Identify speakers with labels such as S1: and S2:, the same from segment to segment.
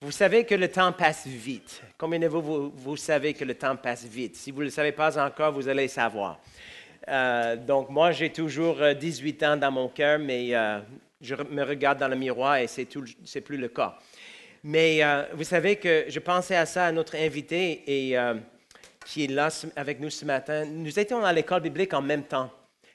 S1: Vous savez que le temps passe vite. Combien de vous, vous, vous savez que le temps passe vite? Si vous ne le savez pas encore, vous allez savoir. Euh, donc, moi, j'ai toujours euh, 18 ans dans mon cœur, mais euh, je re- me regarde dans le miroir et c'est tout- c'est plus le cas. Mais euh, vous savez que je pensais à ça à notre invité et, euh, qui est là ce- avec nous ce matin. Nous étions à l'école biblique en même temps,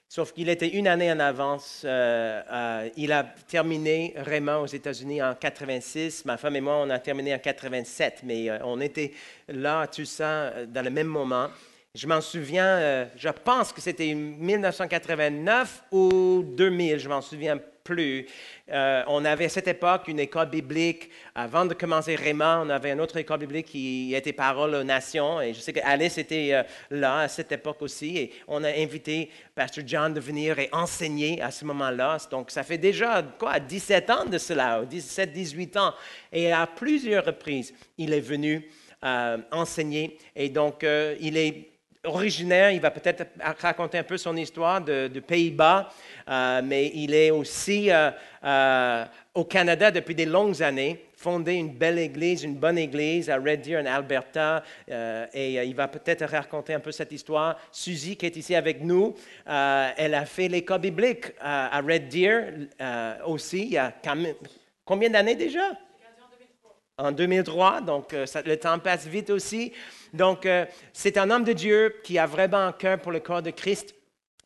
S1: sauf qu'il était une année en avance. Euh, euh, il a terminé Raymond aux États-Unis en 86. Ma femme et moi, on a terminé en 87, mais euh, on était là, tout ça, euh, dans le même moment. Je m'en souviens, euh, je pense que c'était 1989 ou 2000, je m'en souviens plus. Euh, on avait à cette époque une école biblique. Avant de commencer Réma, on avait une autre école biblique qui était Parole aux Nations. Et je sais que Alice était euh, là à cette époque aussi. Et on a invité Pasteur John de venir et enseigner à ce moment-là. Donc, ça fait déjà, quoi, 17 ans de cela, ou 17, 18 ans. Et à plusieurs reprises, il est venu euh, enseigner. Et donc, euh, il est originaire, il va peut-être raconter un peu son histoire de, de Pays-Bas, euh, mais il est aussi euh, euh, au Canada depuis des longues années, fondé une belle église, une bonne église à Red Deer en Alberta, euh, et euh, il va peut-être raconter un peu cette histoire. Suzy, qui est ici avec nous, euh, elle a fait l'école biblique euh, à Red Deer euh, aussi, il y a quand même- combien d'années déjà? en 2003, donc euh, ça- le temps passe vite aussi. Donc, euh, c'est un homme de Dieu qui a vraiment un cœur pour le corps de Christ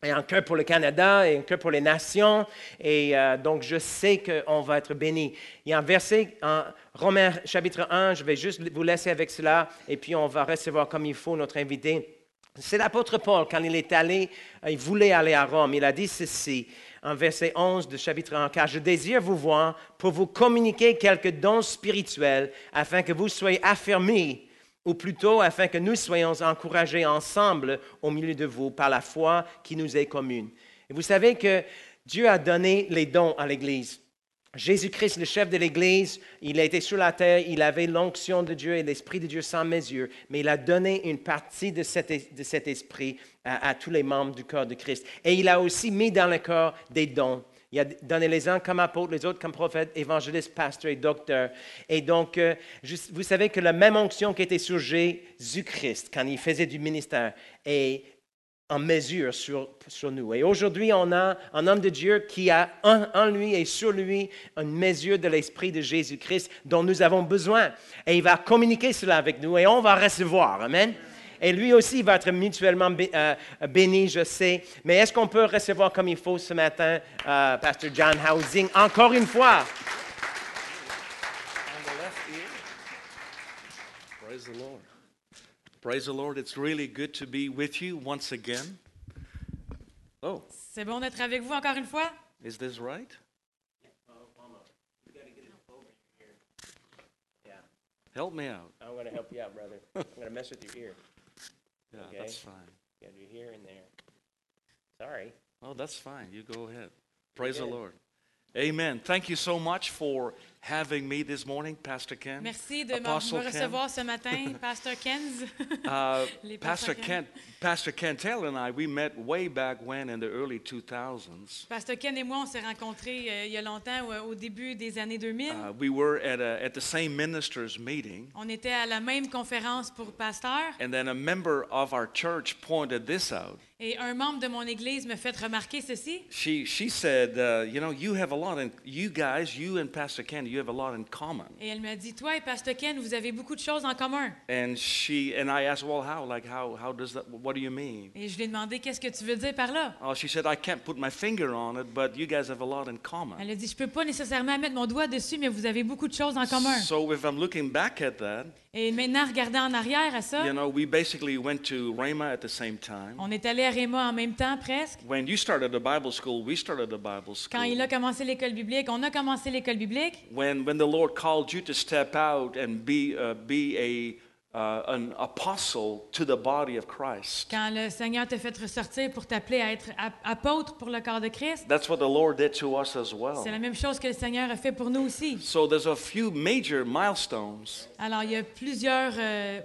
S1: et un cœur pour le Canada et un cœur pour les nations. Et euh, donc, je sais qu'on va être béni. Il y a un verset en Romains chapitre 1, je vais juste vous laisser avec cela et puis on va recevoir comme il faut notre invité. C'est l'apôtre Paul, quand il est allé, euh, il voulait aller à Rome, il a dit ceci en verset 11 de chapitre 1, car je désire vous voir pour vous communiquer quelques dons spirituels afin que vous soyez affermis, ou plutôt afin que nous soyons encouragés ensemble au milieu de vous par la foi qui nous est commune. Et vous savez que Dieu a donné les dons à l'Église. Jésus-Christ, le chef de l'Église, il a été sur la terre, il avait l'onction de Dieu et l'Esprit de Dieu sans mesure, mais il a donné une partie de cet, es- de cet Esprit à, à tous les membres du corps de Christ. Et il a aussi mis dans le corps des dons. Il a donné les uns comme apôtres, les autres comme prophètes, évangélistes, pasteurs et docteurs. Et donc, euh, je- vous savez que la même onction qui était sur Jésus-Christ quand il faisait du ministère est en mesure sur, sur nous. Et aujourd'hui, on a un homme de Dieu qui a en, en lui et sur lui une mesure de l'Esprit de Jésus-Christ dont nous avons besoin. Et il va communiquer cela avec nous et on va recevoir. Amen. Et lui aussi va être mutuellement bé- euh, béni, je sais. Mais est-ce qu'on peut recevoir comme il faut ce matin, euh, Pasteur John Housing, encore une fois?
S2: on the left ear. Praise the Lord. Praise the Lord. It's really good to be with you once again. Oh,
S3: C'est bon d'être avec vous encore une fois.
S2: is this right? Help me out.
S1: I'm going to help you out, brother. I'm going to mess with your ear.
S2: Yeah,
S1: Okay.
S2: that's fine.
S1: You got to do here and there. Sorry.
S2: Oh, that's fine. You go ahead. Praise the
S1: good.
S2: Lord. Amen. Thank you so much for having me this morning, Pastor Ken.
S3: Merci de me
S2: Apostle
S3: me
S2: Ken.
S3: recevoir ce matin, Pasteur Kenz.
S2: Uh,
S3: Les
S2: Pastor
S3: Pastor Ah, Ken.
S2: Kent, Pastor Cantel and I, we met way back when in the early 2000s.
S3: Pasteur Ken et moi, on s'est rencontrés euh, il y a longtemps, au, au début des années 2000.
S2: Uh, we were at, a, at the same ministers' meeting,
S3: On était à la même conférence pour pasteur
S2: and then a member of our church pointed this out.
S3: et un membre de mon église me fait remarquer ceci.
S2: She, she said, uh, You know, you have a lot in, you guys, you and Pastor Ken, you have a lot in common.
S3: Et elle m'a dit, toi et Pasteur Ken, vous avez beaucoup de choses en commun.
S2: And she, and I asked, Well, how? Like, how, how does that, what do you mean?
S3: Et je lui ai demandé, qu'est-ce que tu veux dire par là?
S2: Oh, she said, I can't put my finger on it, but you guys have a lot in common.
S3: Elle a dit, je peux pas nécessairement mettre mon doigt dessus, mais vous avez beaucoup de choses en commun.
S2: So if I'm looking back at that,
S3: Et maintenant, regardant en arrière à ça,
S2: you know, we basically went to Rhema at the same time.
S3: on est allé à Réma en même temps presque.
S2: When you started a Bible school, we started a Bible school.
S3: Quand il a commencé l'école biblique, on a commencé l'école biblique.
S2: when, when the Lord called you to step out and be, uh, be a, uh, an apostle to the body of Christ.
S3: Quand le Seigneur t'a fait ressortir pour t'appeler à être ap- apôtre pour le corps de Christ,
S2: That's what the Lord did to us as well.
S3: c'est la même chose que le Seigneur a fait pour nous aussi.
S2: So there's a few major milestones
S3: Alors, il y a plusieurs euh,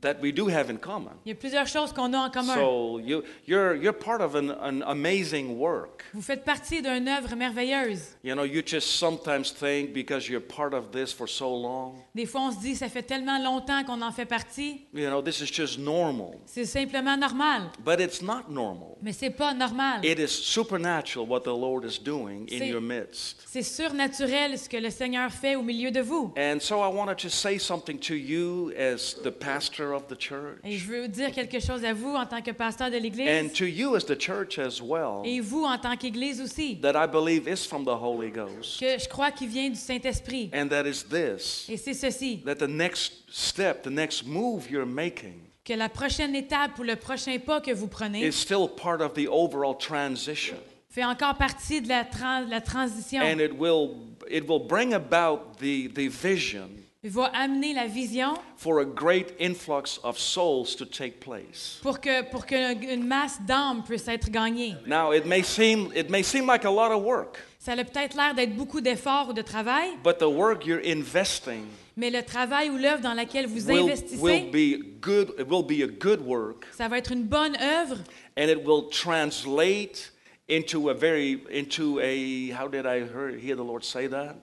S2: that we do have in common.
S3: Il y a plusieurs choses qu'on a en commun.
S2: So you, you're, you're part of an, an amazing work.
S3: Vous faites partie d'une œuvre merveilleuse.
S2: You know, you just sometimes think because you're part of this for so long,
S3: Des fois, on se dit, ça fait tellement longtemps qu'on en fait partie,
S2: you know, this is just normal.
S3: c'est simplement normal.
S2: But it's not normal.
S3: Mais c'est pas normal.
S2: It is supernatural what the Lord is doing in
S3: C'est-
S2: your midst.
S3: C'est surnaturel ce que le Seigneur fait au milieu de vous.
S2: And so I wanted to say something to you as the pastor of the church
S3: Et je veux dire quelque chose à vous en tant que pasteur de
S2: and
S3: l'Église
S2: to you as the church as well
S3: et vous en tant qu'Église aussi,
S2: that I believe is from the Holy Ghost.
S3: que je crois qu'il vient du Saint-Esprit.
S2: And that is this
S3: Et c'est ceci,
S2: that the next step, the next move you're making
S3: que la prochaine étape ou le prochain pas que vous prenez
S2: is still part of the overall transition.
S3: fait encore partie de la, tran- la transition.
S2: And it will it will bring about the the vision
S3: Il va amener la vision
S2: for a great influx of souls to take place.
S3: pour que pour qu'une masse d'âmes puisse être gagnée.
S2: Now it may seem it may seem like a lot of work,
S3: Ça a peut-être l'air d'être beaucoup d'efforts ou de travail,
S2: but the work you're investing
S3: mais le travail ou l'œuvre dans laquelle vous
S2: will, will
S3: investissez,
S2: be good it will be a good work
S3: ça va être une bonne œuvre
S2: and it will translate into a very into a how did I hear, hear the Lord say that?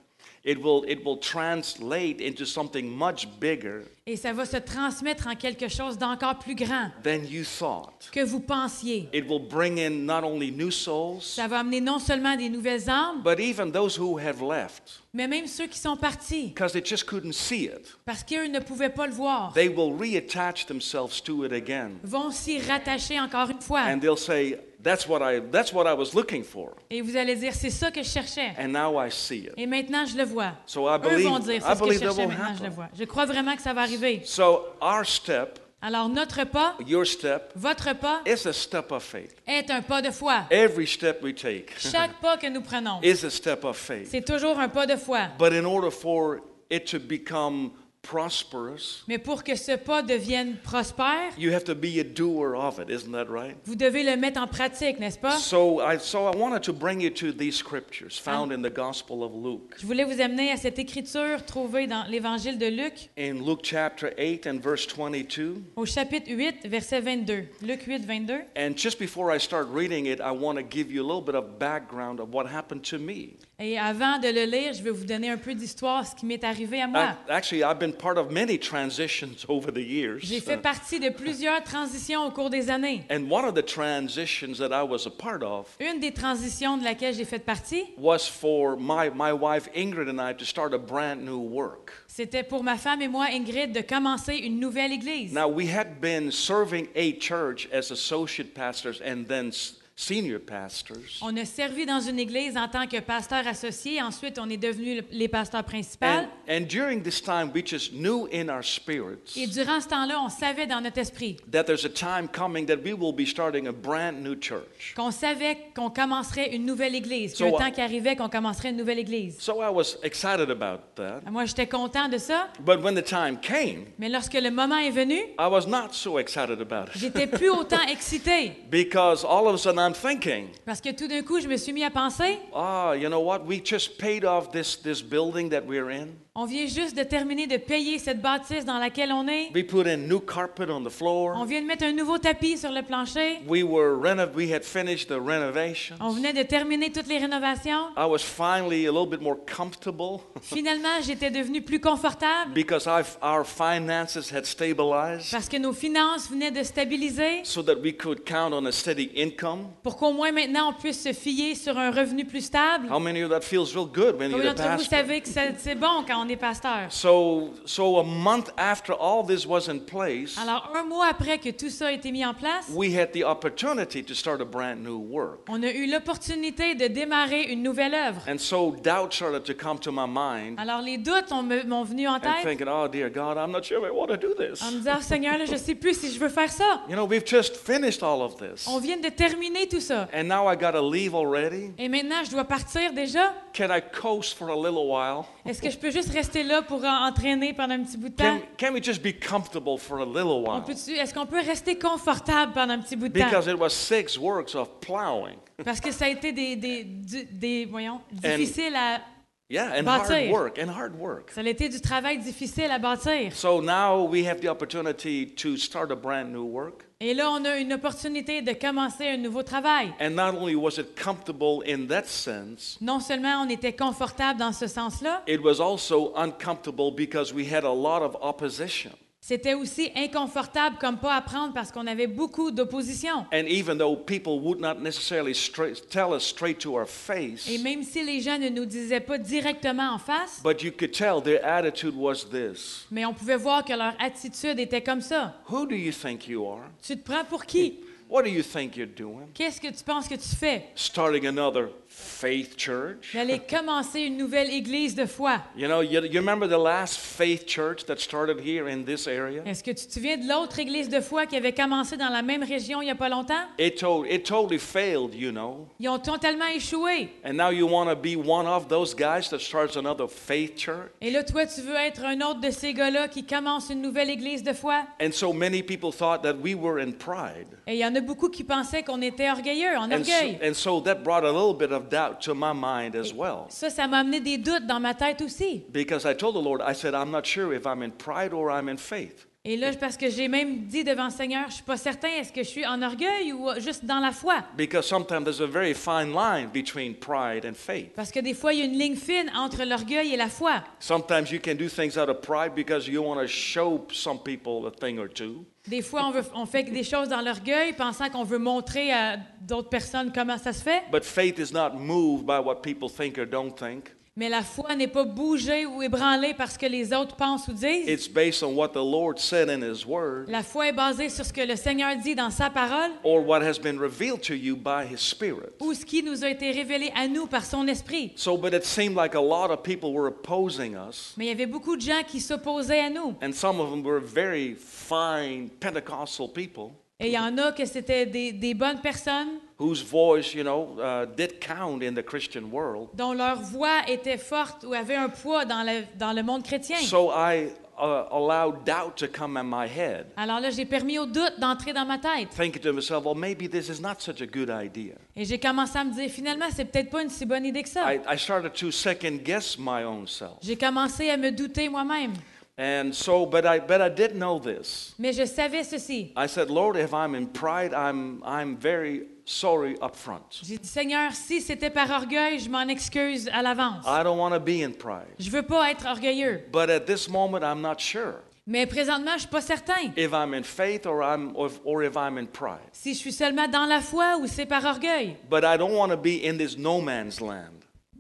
S2: It will it will translate into something much bigger
S3: et ça va se transmettre en quelque chose d'encore plus grand
S2: than you thought.
S3: que vous pensiez.
S2: It will bring in not only new souls,
S3: Ça va amener non seulement des nouvelles âmes,
S2: but even those who have left
S3: mais même ceux qui sont partis,
S2: because they just couldn't see it.
S3: parce qu'ils ne pouvaient pas le voir,
S2: They will reattach themselves to it again.
S3: vont s'y rattacher encore une fois.
S2: And they'll say, that's what I that's what I was looking for.
S3: Et vous allez dire, c'est ça que je cherchais.
S2: And now I see it.
S3: Et maintenant, je le vois.
S2: So I
S3: Eux vont
S2: believe,
S3: dire,
S2: I
S3: c'est ce que je
S2: believe that
S3: cherchais,
S2: will
S3: maintenant, je le
S2: happen.
S3: vois. Je crois vraiment que ça va arriver.
S2: So our step,
S3: Alors, notre pas,
S2: your step,
S3: votre pas,
S2: is a step of faith.
S3: est un pas de foi.
S2: Every step we take
S3: Chaque pas que nous prenons,
S2: is a step of faith.
S3: c'est toujours un pas de foi.
S2: But in order for it to become prosperous,
S3: Mais pour que ce pas devienne prospère,
S2: you have to be a doer of it, isn't that right?
S3: vous devez le mettre en pratique, n'est-ce pas?
S2: So I so I wanted to bring you to these scriptures found in the Gospel of Luke.
S3: Je voulais vous amener à cette écriture trouvée dans l'Évangile de Luc,
S2: In Luke chapter 8 and verse 22,
S3: au chapitre 8, verset 22. Luc 8, 22.
S2: and just before I start reading it, I want to give you a little bit of background of what happened to me.
S3: Et avant de le lire, je vais vous donner un peu d'histoire, ce qui m'est arrivé à
S2: I-
S3: moi.
S2: actually, I've been part of many transitions over the years.
S3: J'ai fait partie de plusieurs transitions au cours des années.
S2: And one of the transitions that I was a part of
S3: Une des transitions de laquelle j'ai fait partie,
S2: was for my, my wife Ingrid and I to start a brand new work.
S3: c'était pour ma femme et moi, Ingrid, de commencer une nouvelle église.
S2: Now, we had been serving a church as associate pastors and then s- senior pastors.
S3: On a servi dans une église en tant que pasteur associé. Ensuite, on est devenu le- les pasteurs principaux.
S2: And, and during this time, we just knew in our spirits
S3: Et durant ce temps-là, on savait dans notre esprit
S2: that there's a time coming that we will be starting a brand new church.
S3: qu'on savait qu'on commencerait une nouvelle église. Puis
S2: So,
S3: le
S2: uh,
S3: temps qui arrivait, qu'on commencerait une nouvelle église.
S2: So I was excited about that.
S3: Moi, j'étais content de ça.
S2: But when the time came,
S3: Mais lorsque le moment est venu,
S2: I was not so excited about it
S3: j'étais plus autant excitée.
S2: because all of a sudden I'm thinking,
S3: Parce que tout d'un coup, je me suis mis à penser,
S2: ah, you know what? We just paid off this, this building that we're in.
S3: on vient juste de terminer de payer cette bâtisse dans laquelle on est.
S2: We put in new carpet on the
S3: On
S2: floor.
S3: vient de mettre un nouveau tapis sur le plancher.
S2: We were renov- we had finished the renovations.
S3: On venait de terminer toutes les rénovations.
S2: I was finally a little bit more comfortable
S3: Finalement, j'étais devenue plus confortable
S2: because I've, our finances had stabilized
S3: parce que nos finances venaient de stabiliser
S2: so that we could count on a steady income.
S3: pour qu'au moins maintenant on puisse se fier sur un revenu plus stable.
S2: How many of that feels real good when you're
S3: Combien
S2: Ah, a
S3: d'entre vous
S2: pastor?
S3: savez que c'est c'est bon quand on est pasteur?
S2: So, so a month after all this was in place,
S3: Alors, un mois après que tout ça a été mis en place,
S2: we had the opportunity to start a brand new work.
S3: on a eu l'opportunité de démarrer une nouvelle œuvre.
S2: And so doubt started to come to my mind
S3: Alors, les doutes ont me- m'ont venu en
S2: and
S3: tête
S2: thinking, oh dear God, I'm not sure if I want to do this.
S3: en me disant, Seigneur, là, je ne sais plus si je veux faire ça.
S2: You know, we've just finished all of this.
S3: On vient de terminer tout ça.
S2: And now I got to leave already.
S3: Et maintenant, je dois partir déjà.
S2: Can I coast for a little while?
S3: Est-ce que je peux juste rester là pour euh, entraîner pendant un petit bout de temps?
S2: Can, can we just be comfortable for a little
S3: On
S2: while?
S3: peut-tu- Est-ce qu'on peut rester confortable pendant un petit bout de temps?
S2: Because it was six works of plowing.
S3: Parce que ça a été des, des, du- des voyons,
S2: And-
S3: difficile à
S2: Yeah, and
S3: Bâtir.
S2: hard work, and hard work.
S3: Ça a été du travail difficile à bâtir.
S2: So now we have the opportunity to start a brand new work.
S3: Et là, on a une opportunité de commencer un nouveau travail.
S2: And not only was it comfortable in that sense,
S3: Non seulement on était confortable dans ce sens-là,
S2: it was also uncomfortable because we had a lot of opposition.
S3: c'était aussi inconfortable comme pas à prendre parce qu'on avait beaucoup d'opposition.
S2: And even though people would not necessarily straight, tell us straight to our
S3: Et
S2: face,
S3: même si les gens ne nous disaient pas directement en face,
S2: but you could tell their attitude was this
S3: mais on pouvait voir que leur attitude était comme ça.
S2: Who do you think you are?
S3: Tu te prends pour qui?
S2: What do you think you're doing?
S3: Qu'est-ce que tu penses que tu fais?
S2: Starting another faith church?
S3: D'aller commencer une nouvelle église de foi.
S2: You know, you, you remember the last faith church that started here in this area?
S3: Est-ce que tu te souviens de l'autre église de foi qui avait commencé dans la même région il n'y a pas longtemps?
S2: It, to- it totally failed, you know.
S3: Ils ont totalement échoué.
S2: And now you want to be one of those guys that starts another faith church?
S3: Et là, toi, tu veux être un autre de ces gars-là qui commence une nouvelle église de foi?
S2: And so many people thought that we were in pride.
S3: Et il y en a beaucoup qui pensaient qu'on était orgueilleux, en
S2: And so,
S3: orgueil.
S2: and so that brought a little bit of doubt to my mind as well.
S3: Ça, ça m'a amené des doutes dans ma tête aussi.
S2: Because I told the Lord, I said, I'm not sure if I'm in pride or I'm in faith.
S3: Et là, parce que j'ai même dit devant le Seigneur, je suis pas certain, est-ce que je suis en orgueil ou euh, juste dans la foi?
S2: Because sometimes there's a very fine line between pride and faith.
S3: Parce que des fois, il y a une ligne fine entre l'orgueil et la foi.
S2: Sometimes you can do things out of pride because you want to show some people a thing or two.
S3: Des fois, on, veut, on fait des choses dans l'orgueil pensant qu'on veut montrer à d'autres personnes comment ça se fait.
S2: But faith is not moved by what people think or don't think.
S3: Mais la foi n'est pas bougée ou ébranlée parce que les autres pensent ou disent.
S2: It's based on what the Lord said in His Word
S3: La foi est basée sur ce que le Seigneur dit dans sa parole
S2: or what has been revealed to you by His Spirit.
S3: ou ce qui nous a été révélé à nous par son esprit.
S2: So, but it seemed like a lot of people were opposing us,
S3: Mais il y avait beaucoup de gens qui s'opposaient à nous.
S2: and some of them were very fine Pentecostal people
S3: Et il y en a que c'était des, des bonnes personnes
S2: whose voice, you know, uh, did count in the Christian world.
S3: dont leur voix était forte ou avait un poids dans le, dans le monde chrétien.
S2: So I uh, allowed doubt to come in my head,
S3: Alors là, j'ai permis au doute d'entrer dans ma tête.
S2: thinking to myself, well, maybe this is not such a good idea.
S3: Et j'ai commencé à me dire, finalement, c'est peut-être pas une si bonne idée que ça.
S2: I, I started to second guess my own self.
S3: J'ai commencé à me douter moi-même.
S2: And so, but I, but I did know this.
S3: Mais je savais ceci.
S2: I said, Lord, if I'm in pride, I'm, I'm very sorry up front.
S3: J'ai dit, Seigneur, si c'était par orgueil, je m'en excuse à l'avance.
S2: I don't want to be in pride.
S3: Je veux pas être orgueilleux.
S2: But at this moment, I'm not sure
S3: Mais présentement, je suis pas certain
S2: if I'm in faith or, I'm, or, if, or if I'm in pride.
S3: si je suis seulement dans la foi ou c'est par orgueil.
S2: But I don't want to be in this no man's land.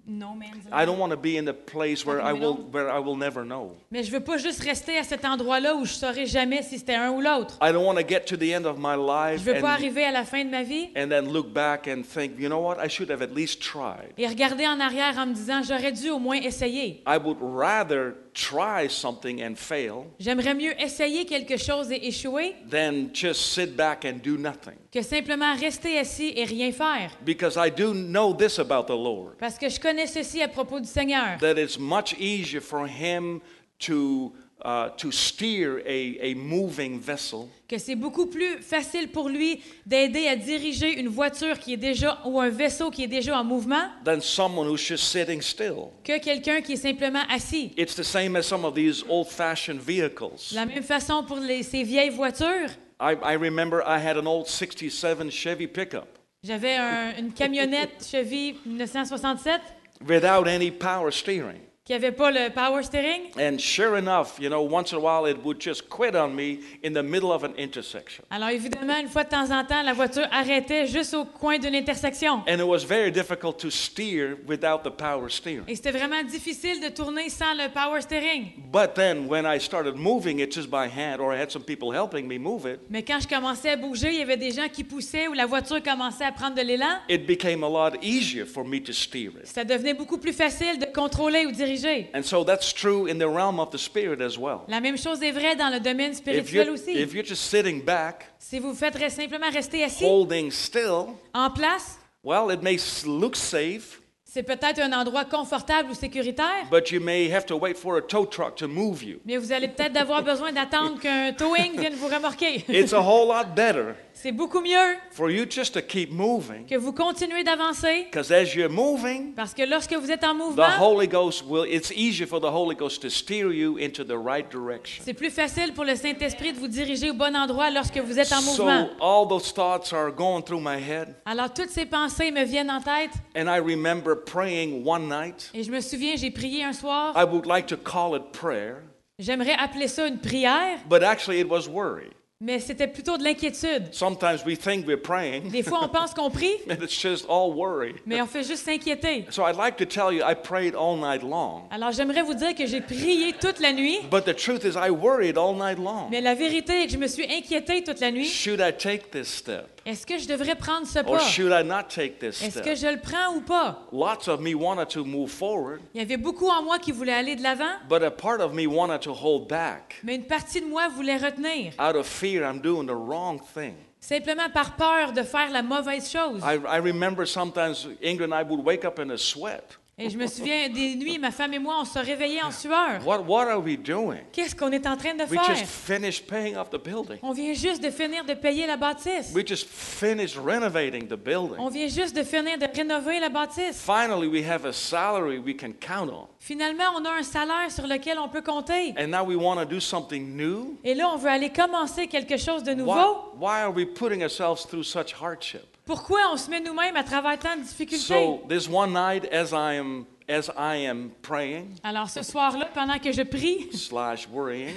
S3: Non, man's
S2: I don't want to be in the place where I will, where I will never know.
S3: Mais je veux pas juste rester à cet endroit-là où je saurais jamais si c'était un ou l'autre.
S2: I don't want to get to the end of my
S3: Je
S2: life
S3: veux pas
S2: and,
S3: arriver à la fin de ma vie
S2: and then look back and think, you know what, I should have at least tried.
S3: et regarder en arrière en me disant j'aurais dû au moins essayer.
S2: I would rather try something and fail
S3: J'aimerais mieux essayer quelque chose et échouer
S2: than just sit back and do nothing.
S3: que simplement rester assis et rien faire.
S2: Because I do know this about the Lord
S3: Parce que je connais ceci à propos du Seigneur,
S2: that it's much easier for Him to, uh, to steer a, a moving vessel
S3: que c'est beaucoup plus facile pour lui d'aider à diriger une voiture qui est déjà ou un vaisseau qui est déjà en mouvement
S2: than someone who's just sitting still.
S3: que quelqu'un qui est simplement assis.
S2: It's the same as some of these old fashioned
S3: De
S2: vehicles.
S3: La même façon pour les- ces vieilles voitures,
S2: I, I remember I had an old 67 Chevy pickup
S3: j'avais un- une camionnette Chevy 1967
S2: without any power steering.
S3: qui avait pas le power steering.
S2: And sure enough, you know, once in a while it would just quit on me in the middle of an intersection.
S3: Alors évidemment, une fois de temps en temps, la voiture arrêtait juste au coin d'une intersection.
S2: And it was very difficult to steer without the power steering.
S3: Et c'était vraiment difficile de tourner sans le power steering.
S2: But then when I started moving it just by hand, or I had some people helping me move it,
S3: Mais quand je commençais à bouger, il y avait des gens qui poussaient ou la voiture commençait à prendre de l'élan.
S2: it became a lot easier for me to steer it.
S3: Ça devenait beaucoup plus facile de contrôler ou diriger.
S2: And so that's true in the realm of the spirit as well.
S3: La même chose est vraie dans le domaine
S2: If
S3: spirituel
S2: you're,
S3: aussi.
S2: if you're just sitting back,
S3: Si vous faites re-
S2: Oh.
S3: simplement rester assis
S2: holding still,
S3: en place,
S2: well, it may s- look safe,
S3: C'est peut-être un endroit confortable ou sécuritaire,
S2: but you may have to wait for a tow truck to move you.
S3: mais vous allez peut-être avoir besoin d'attendre qu'un towing vienne vous remorquer.
S2: It's a whole lot better
S3: C'est beaucoup mieux
S2: for you just to keep moving
S3: que vous continuez d'avancer
S2: because as you're moving,
S3: parce que lorsque vous êtes en
S2: the
S3: mouvement,
S2: Holy Ghost will, it's easier for the Holy Ghost to steer you into the right direction.
S3: c'est plus facile pour le Saint-Esprit de vous diriger au bon endroit lorsque vous êtes en mouvement.
S2: So all those thoughts are going through my head,
S3: Alors toutes ces pensées me viennent en tête
S2: and I remember praying one night.
S3: et je me souviens, j'ai prié un soir.
S2: I would like to call it prayer,
S3: J'aimerais appeler ça une prière,
S2: but actually it was worry.
S3: mais c'était plutôt de l'inquiétude.
S2: Sometimes we think we're praying,
S3: Des fois, on pense qu'on prie,
S2: and it's just all worry.
S3: mais on fait juste s'inquiéter.
S2: So I'd like to tell you, I prayed all night long.
S3: Alors j'aimerais vous dire que j'ai prié toute la nuit,
S2: But the truth is, I worried all night long.
S3: mais la vérité est que je me suis inquiétée toute la nuit.
S2: Should I take this step?
S3: Est-ce que je devrais prendre ce
S2: Or
S3: pas?
S2: should I not take this
S3: Est-ce que
S2: step?
S3: je le prends ou pas?
S2: Lots of me wanted to move forward,
S3: Il y avait beaucoup en moi qui voulait aller de l'avant,
S2: but a part of me wanted to hold back.
S3: mais une partie de moi voulait retenir,
S2: Out of fear, I'm doing the wrong thing.
S3: simplement par peur de faire la mauvaise chose.
S2: I, I remember sometimes Ingrid and I would wake up in a sweat.
S3: Et je me souviens des nuits, ma femme et moi, on se réveillait en sueur.
S2: What, what are we doing?
S3: Qu'est-ce qu'on est en train de
S2: We just
S3: faire?
S2: finished paying off the building.
S3: On vient juste de finir de payer la bâtisse.
S2: We just finished renovating the
S3: On
S2: building.
S3: vient juste de finir de rénover la bâtisse.
S2: Finally, we have a salary we can count on.
S3: Finalement, on a un salaire sur lequel on peut compter.
S2: And now we want to do something new.
S3: Et là, on veut aller commencer quelque chose de
S2: Why,
S3: nouveau.
S2: why are we putting ourselves through such hardship?
S3: Pourquoi on se met nous-mêmes à travers tant de difficultés?
S2: So this one night, as I am as I am praying
S3: Alors ce soir-là, pendant que je prie
S2: slash worrying,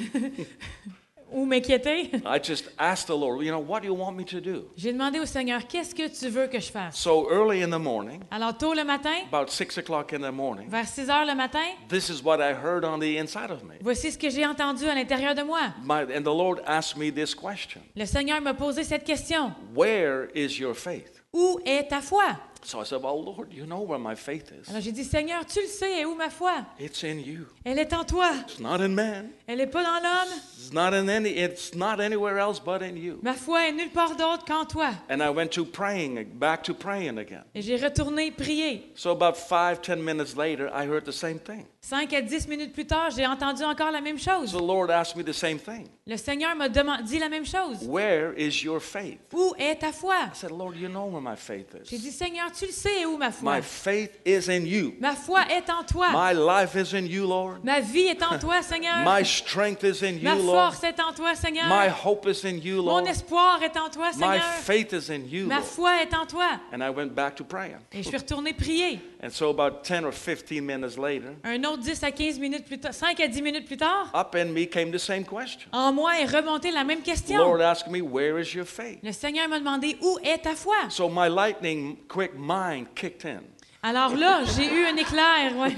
S3: ou m'inquiétais,
S2: I just asked the Lord, you know, what do you want me to do?
S3: j'ai demandé au Seigneur, qu'est-ce que tu veux que je fasse?
S2: So early in the morning,
S3: Alors tôt le matin,
S2: about six o'clock in the morning,
S3: vers 6 heures le matin,
S2: this is what I heard on the inside of me.
S3: voici ce que j'ai entendu à l'intérieur de moi.
S2: My, and the Lord asked me this question:
S3: Le Seigneur m'a posé cette question.
S2: Where is your faith?
S3: Où est ta foi?
S2: So I said, Oh Lord, you know where my faith is.
S3: Alors j'ai dit, Seigneur, tu le sais, est où ma foi?
S2: It's in you.
S3: Elle est en toi.
S2: It's not in man.
S3: Elle n'est pas dans l'homme.
S2: It's not in any. It's not anywhere else but in you.
S3: Ma foi est nulle part d'autre qu'en toi.
S2: And I went to praying, back to praying again.
S3: Et j'ai retourné prier.
S2: So about five, ten minutes later, I heard the same thing.
S3: Cinq à dix minutes plus tard, j'ai entendu encore la même chose.
S2: So the Lord asked me the same thing.
S3: Le Seigneur m'a deman- dit la même chose.
S2: Where is your faith?
S3: Où est ta foi?
S2: I said, Lord, you know where my faith
S3: J'ai
S2: is.
S3: dit, Seigneur, tu le sais est où ma foi?
S2: My faith is in you.
S3: Ma foi est en toi.
S2: My life is in you, Lord.
S3: Ma vie est en toi, Seigneur.
S2: My strength is in you,
S3: Ma
S2: Lord.
S3: force est en toi,
S2: My
S3: Seigneur.
S2: hope is in you,
S3: Mon
S2: Lord.
S3: espoir est en toi,
S2: My
S3: Seigneur.
S2: faith is in you,
S3: Ma
S2: Lord.
S3: foi est en toi.
S2: And I went back to praying.
S3: Et je suis retourné prier.
S2: And so about 10 or 15 minutes later,
S3: Un autre 10 à 15 minutes plus tard, 5 à 10 minutes plus tard,
S2: up in me came the same question.
S3: en moi est remontée la même
S2: The
S3: question.
S2: Lord asked me, Where is your faith?
S3: Le Seigneur m'a demandé où est ta foi.
S2: So my lightning quick mind kicked in.
S3: Alors là, j'ai eu un éclair. ouais.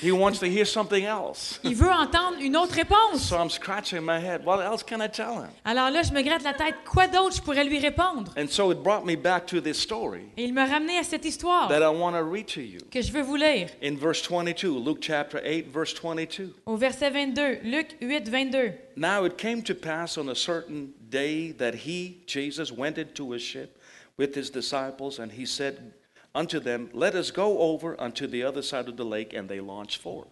S2: He wants to hear something else.
S3: Il veut entendre une autre réponse.
S2: So I'm scratching my head. What else can I tell him?
S3: Alors là, je me gratte la tête. Quoi d'autre je pourrais lui répondre?
S2: And so it brought me back to this story
S3: Et il m'a ramené à cette histoire
S2: that I want to read to you.
S3: que je veux vous lire
S2: In verse 22, Luke chapter 8, verse 22.
S3: au verset 22, Luc 8, 22.
S2: Now it came to pass on a certain day that he, Jesus, went into a ship with his disciples, and he said unto them, Let us go over unto the other side of the lake. And they launched forth.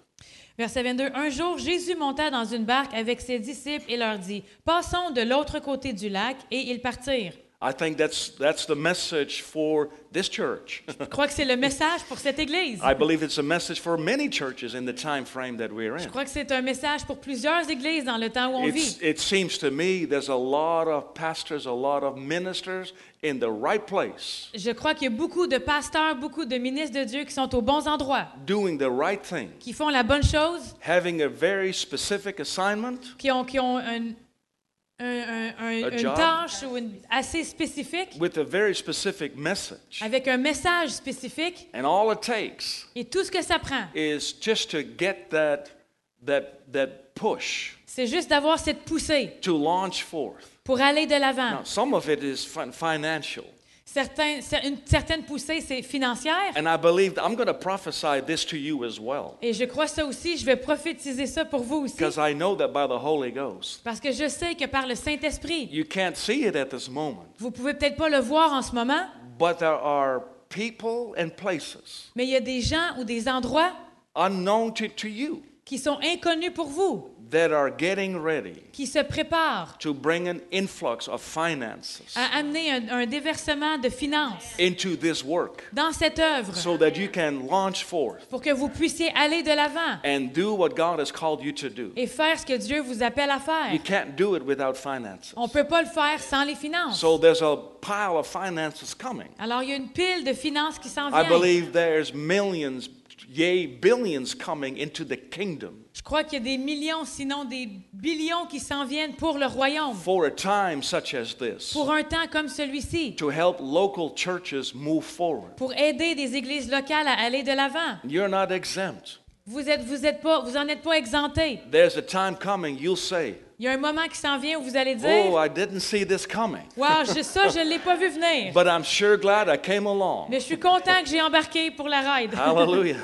S3: Verset 22. Un jour, Jésus monta dans une barque avec ses disciples et leur dit, Passons de l'autre côté du lac, et ils partirent.
S2: I think that's, that's the message for this church.
S3: Je crois que c'est le message pour cette Église.
S2: I believe it's a message for many churches in the time frame that we're
S3: Je
S2: in.
S3: crois que c'est un message pour plusieurs églises dans le temps où on
S2: It's,
S3: vit.
S2: it seems to me there's a lot of pastors, a lot of ministers in the right place,
S3: Je crois qu'il y a beaucoup de pasteurs, beaucoup de ministres de Dieu qui sont aux bons endroits,
S2: doing the right thing,
S3: qui font la bonne chose,
S2: having a very specific assignment,
S3: qui ont, qui ont un- un- un- un-
S2: A
S3: une
S2: job.
S3: tâche ou une, assez spécifique,
S2: with a very specific message.
S3: avec un message spécifique,
S2: And all it takes
S3: et tout ce que ça prend,
S2: is just to get that, that, that push
S3: c'est juste d'avoir cette poussée
S2: to launch forth.
S3: pour aller de l'avant.
S2: Now, some of it is fin- financial.
S3: Certains- cer- une certaine poussée, c'est financière,
S2: And I believe I'm going to prophesy this to you as well,
S3: et je crois ça aussi, je vais prophétiser ça pour vous aussi,
S2: because I know that by the Holy Ghost,
S3: parce que je sais que par le Saint-Esprit,
S2: you can't see it at this moment.
S3: vous pouvez peut-être pas le voir en ce moment,
S2: But there are people and places
S3: Mais il y a des gens ou des endroits
S2: unknown to, to you
S3: qui sont inconnus pour vous,
S2: that are getting ready
S3: qui se préparent
S2: to bring an influx of finances
S3: à amener un, un déversement de finances
S2: into this work
S3: dans cette œuvre
S2: so that you can launch forth
S3: pour que vous puissiez aller de l'avant
S2: and do what God has called you to do.
S3: et faire ce que Dieu vous appelle à
S2: You
S3: faire.
S2: can't do it without finances.
S3: On ne peut pas le faire sans les finances.
S2: So there's a pile of finances coming.
S3: Alors, il y a une pile de finances qui s'en
S2: I
S3: vient.
S2: believe there's millions, yea, billions coming into the kingdom
S3: Je crois qu'il y a des millions, sinon des billions qui s'en viennent pour le royaume,
S2: for a time such as this
S3: pour un temps comme celui-ci,
S2: to help local churches move forward.
S3: pour aider des églises locales à aller de l'avant.
S2: You're not exempt.
S3: Vous êtes, vous êtes pas, vous en êtes pas exempté.
S2: There's a time coming you'll say,
S3: Il y a un moment qui s'en vient où vous allez
S2: Oh,
S3: dire,
S2: I didn't see this coming.
S3: wow, je, ça, je l'ai pas vu venir,
S2: But I'm sure glad I came along.
S3: mais je suis content que j'ai embarqué pour la ride.
S2: Hallelujah.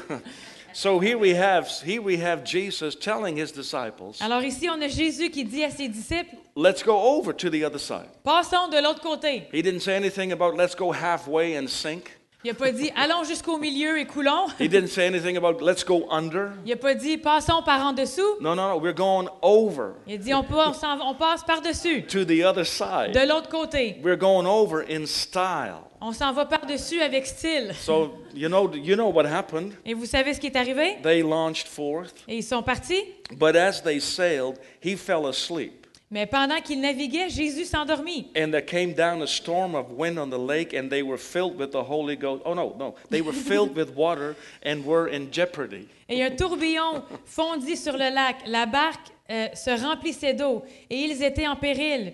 S2: So here we have here we have Jesus telling his disciples,
S3: Alors ici, on a Jésus qui dit à ses disciples,
S2: let's go over to the other side.
S3: passons de l'autre côté.
S2: He didn't say anything about let's go halfway and sink.
S3: Il n'a pas dit, allons jusqu'au milieu et coulons.
S2: He didn't say anything about let's go under.
S3: Il n'a pas dit, passons par en dessous.
S2: No, no, no. We're going over
S3: Il a dit, on, passe- on passe par-dessus,
S2: to the other side.
S3: de l'autre côté.
S2: We're going over in style.
S3: On s'en va par-dessus avec style.
S2: So you know you know what happened.
S3: Et vous savez ce qui est arrivé?
S2: They launched forth,
S3: Et ils sont partis.
S2: but as they sailed, he fell asleep.
S3: Mais pendant qu'ils naviguaient, Jésus s'endormit.
S2: And there came down a storm of wind on the lake, and they were filled with the Holy Ghost. Oh, no, no. They were filled with water and were in jeopardy.
S3: Et un tourbillon fondit sur le lac. La barque euh, se remplissait d'eau et ils étaient en péril.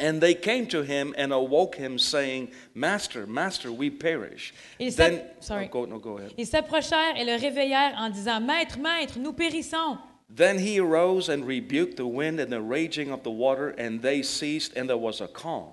S2: And they came to him and awoke him, saying, Master, Master, we perish.
S3: Il s'app-
S2: then,
S3: sorry.
S2: Oh, go, no, go ahead.
S3: Ils s'approchèrent et le réveillèrent en disant Maître, maître, nous périssons.
S2: Then he arose and rebuked the wind and the raging of the water, and they ceased, and there was a calm.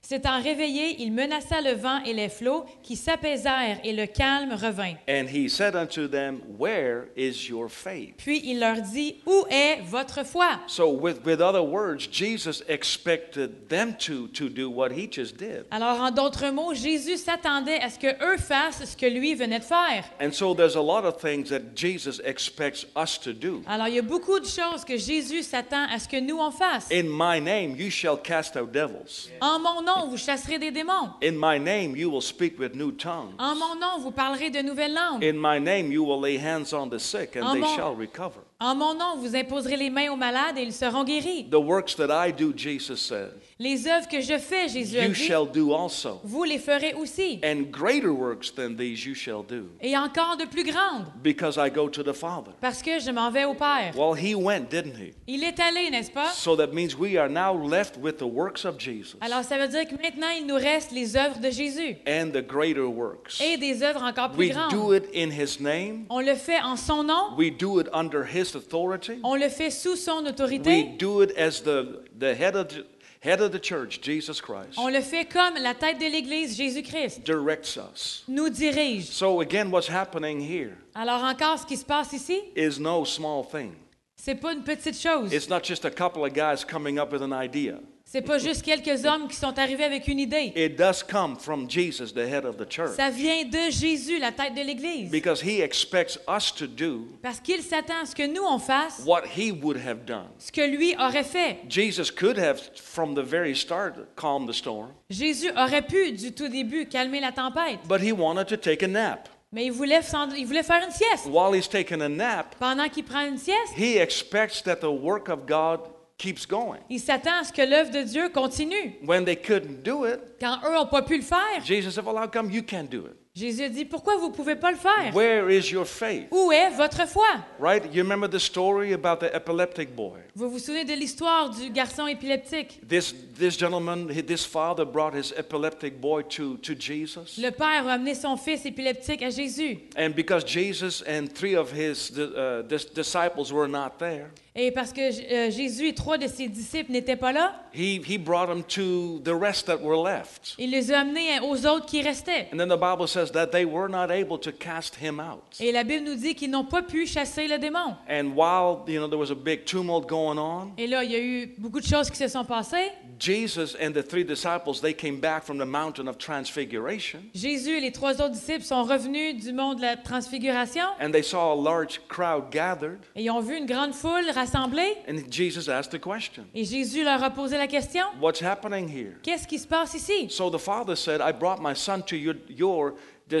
S3: S'étant réveillé, il menaça le vent et les flots qui s'apaisèrent et le calme revint.
S2: And he said unto them, Where is your faith?
S3: Puis il leur dit Où est votre foi
S2: So, with, with other words, Jesus expected them to, to do what he just did.
S3: Alors, en d'autres mots, Jésus s'attendait à ce que eux fassent ce que lui venait de faire.
S2: And so there's a lot of things that Jesus expects us to do.
S3: Alors, il y a beaucoup de choses que Jésus s'attend à ce que nous on fasse.
S2: In my name you shall cast out devils.
S3: En mon nom, vous chasserez des démons.
S2: In my name you will speak with new tongues.
S3: En mon nom, vous parlerez de nouvelles langues.
S2: In my name you will lay hands on the sick and they
S3: Amen.
S2: shall recover.
S3: En mon nom, vous imposerez les mains aux malades et ils seront guéris.
S2: The works that I do, Jesus said,
S3: Les œuvres que je fais, Jésus a
S2: you
S3: dit,
S2: shall do also.
S3: vous les ferez aussi.
S2: And greater works than these you shall do,
S3: Et encore de plus grandes,
S2: because I go to the Father.
S3: parce que je m'en vais au Père.
S2: Well, he went, didn't he?
S3: Il est allé, n'est-ce pas?
S2: So that means we are now left with the works of Jesus
S3: Alors, ça veut dire que maintenant, il nous reste les œuvres de Jésus
S2: and the greater works.
S3: et des œuvres encore plus
S2: We do
S3: grandes.
S2: it in his name.
S3: On le fait en son nom,
S2: We do it under his authority.
S3: on le fait sous son
S2: We
S3: autorité,
S2: do it as the, the head of the, head of the church, Jesus Christ,
S3: on le fait comme la tête de l'Église, Jésus-Christ,
S2: directs us.
S3: nous dirige.
S2: So again, what's happening here
S3: Alors encore, ce qui se passe ici,
S2: is no small thing.
S3: c'est pas une petite chose.
S2: It's not just a couple of guys coming up with an idea.
S3: C'est pas juste quelques hommes qui sont arrivés avec une idée.
S2: It does come from Jesus, the head of the church,
S3: Ça vient de Jésus, la tête de l'Église.
S2: because he expects us to do
S3: Parce qu'il s'attend à ce que nous, on fasse
S2: what he would have done.
S3: ce que lui aurait fait.
S2: Jesus could have, from the very start, calmed the storm,
S3: Jésus aurait pu, du tout début, calmer la tempête.
S2: but he wanted to take a nap.
S3: Mais il voulait, s'en- il voulait faire une sieste.
S2: While he's taking a nap,
S3: Pendant qu'il prend une sieste,
S2: he expects that the work of God keeps going.
S3: il s'attend à ce que l'œuvre de Dieu continue.
S2: When they couldn't do it,
S3: Quand eux n'ont pas pu le faire,
S2: Jesus said, Well, how come you can't do it?
S3: Jésus a dit, pourquoi vous ne pouvez pas le faire?
S2: Where is your faith?
S3: Où est votre foi?
S2: Right? You remember the story about the epileptic boy?
S3: Vous vous souvenez de l'histoire du garçon épileptique?
S2: This, this gentleman, he- this father brought his epileptic boy to, to Jesus.
S3: Le père a amené son fils épileptique à Jésus.
S2: And because Jesus and three of his uh, dis- disciples were not there,
S3: Et parce que euh, Jésus et trois de ses disciples n'étaient pas là,
S2: he, he brought him to the rest that were left.
S3: il les a amenés aux autres qui restaient.
S2: And then the Bible says says that they were not able to cast him out.
S3: Et la Bible nous dit qu'ils n'ont pas pu chasser le démon.
S2: And while, you know, there was a big tumult going on,
S3: Et là, il y a eu beaucoup de choses qui se sont passées.
S2: Jesus and the three disciples, they came back from the mountain of transfiguration
S3: Jésus et les trois autres disciples sont revenus du monde de la transfiguration
S2: and they saw a large crowd gathered
S3: et ils ont vu une grande foule rassemblée.
S2: and Jesus asked the question,
S3: Et Jésus leur a posé la question
S2: "What's happening here?"
S3: Qu'est-ce qui se passe ici
S2: So the father said, "I brought my son to your your di-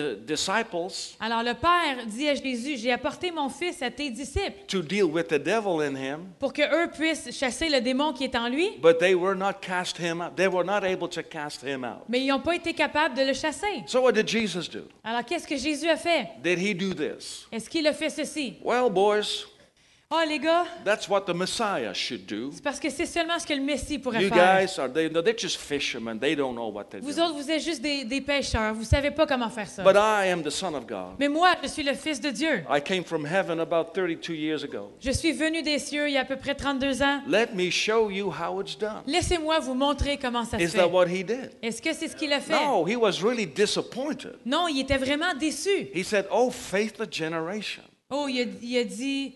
S2: disciples
S3: Alors le Père dit à Jésus J'ai apporté mon fils à tes disciples
S2: to deal with the devil in him,
S3: pour que eux puissent chasser le démon qui est en lui,
S2: but they were not cast him out. They were not able to cast him out."
S3: mais ils n'ont pas été capables de le chasser.
S2: So what did Jesus do?
S3: Alors qu'est-ce que Jésus a fait
S2: Did he do this?
S3: Est-ce qu'il a fait ceci
S2: Well, boys,
S3: Oh les gars,
S2: that's what the Messiah should do.
S3: c'est parce que c'est seulement ce que le Messie pourrait
S2: You
S3: faire.
S2: guys are they, no, they're just fishermen. They don't know what they're
S3: Vous
S2: doing.
S3: autres, vous êtes juste des, des pêcheurs, vous savez pas comment faire ça.
S2: But I am the Son of God.
S3: Mais moi, je suis le Fils de Dieu.
S2: I came from heaven about 32 years ago.
S3: Je suis venu des cieux il y a à peu près 32 ans.
S2: Let me show you how it's done.
S3: Laissez-moi vous montrer comment ça se
S2: Is
S3: fait.
S2: that what he did?
S3: Est-ce que c'est ce qu'il a fait?
S2: No, he was really disappointed.
S3: Non, il était vraiment déçu.
S2: He said, Oh, faithless generation.
S3: Oh, il a, il a dit...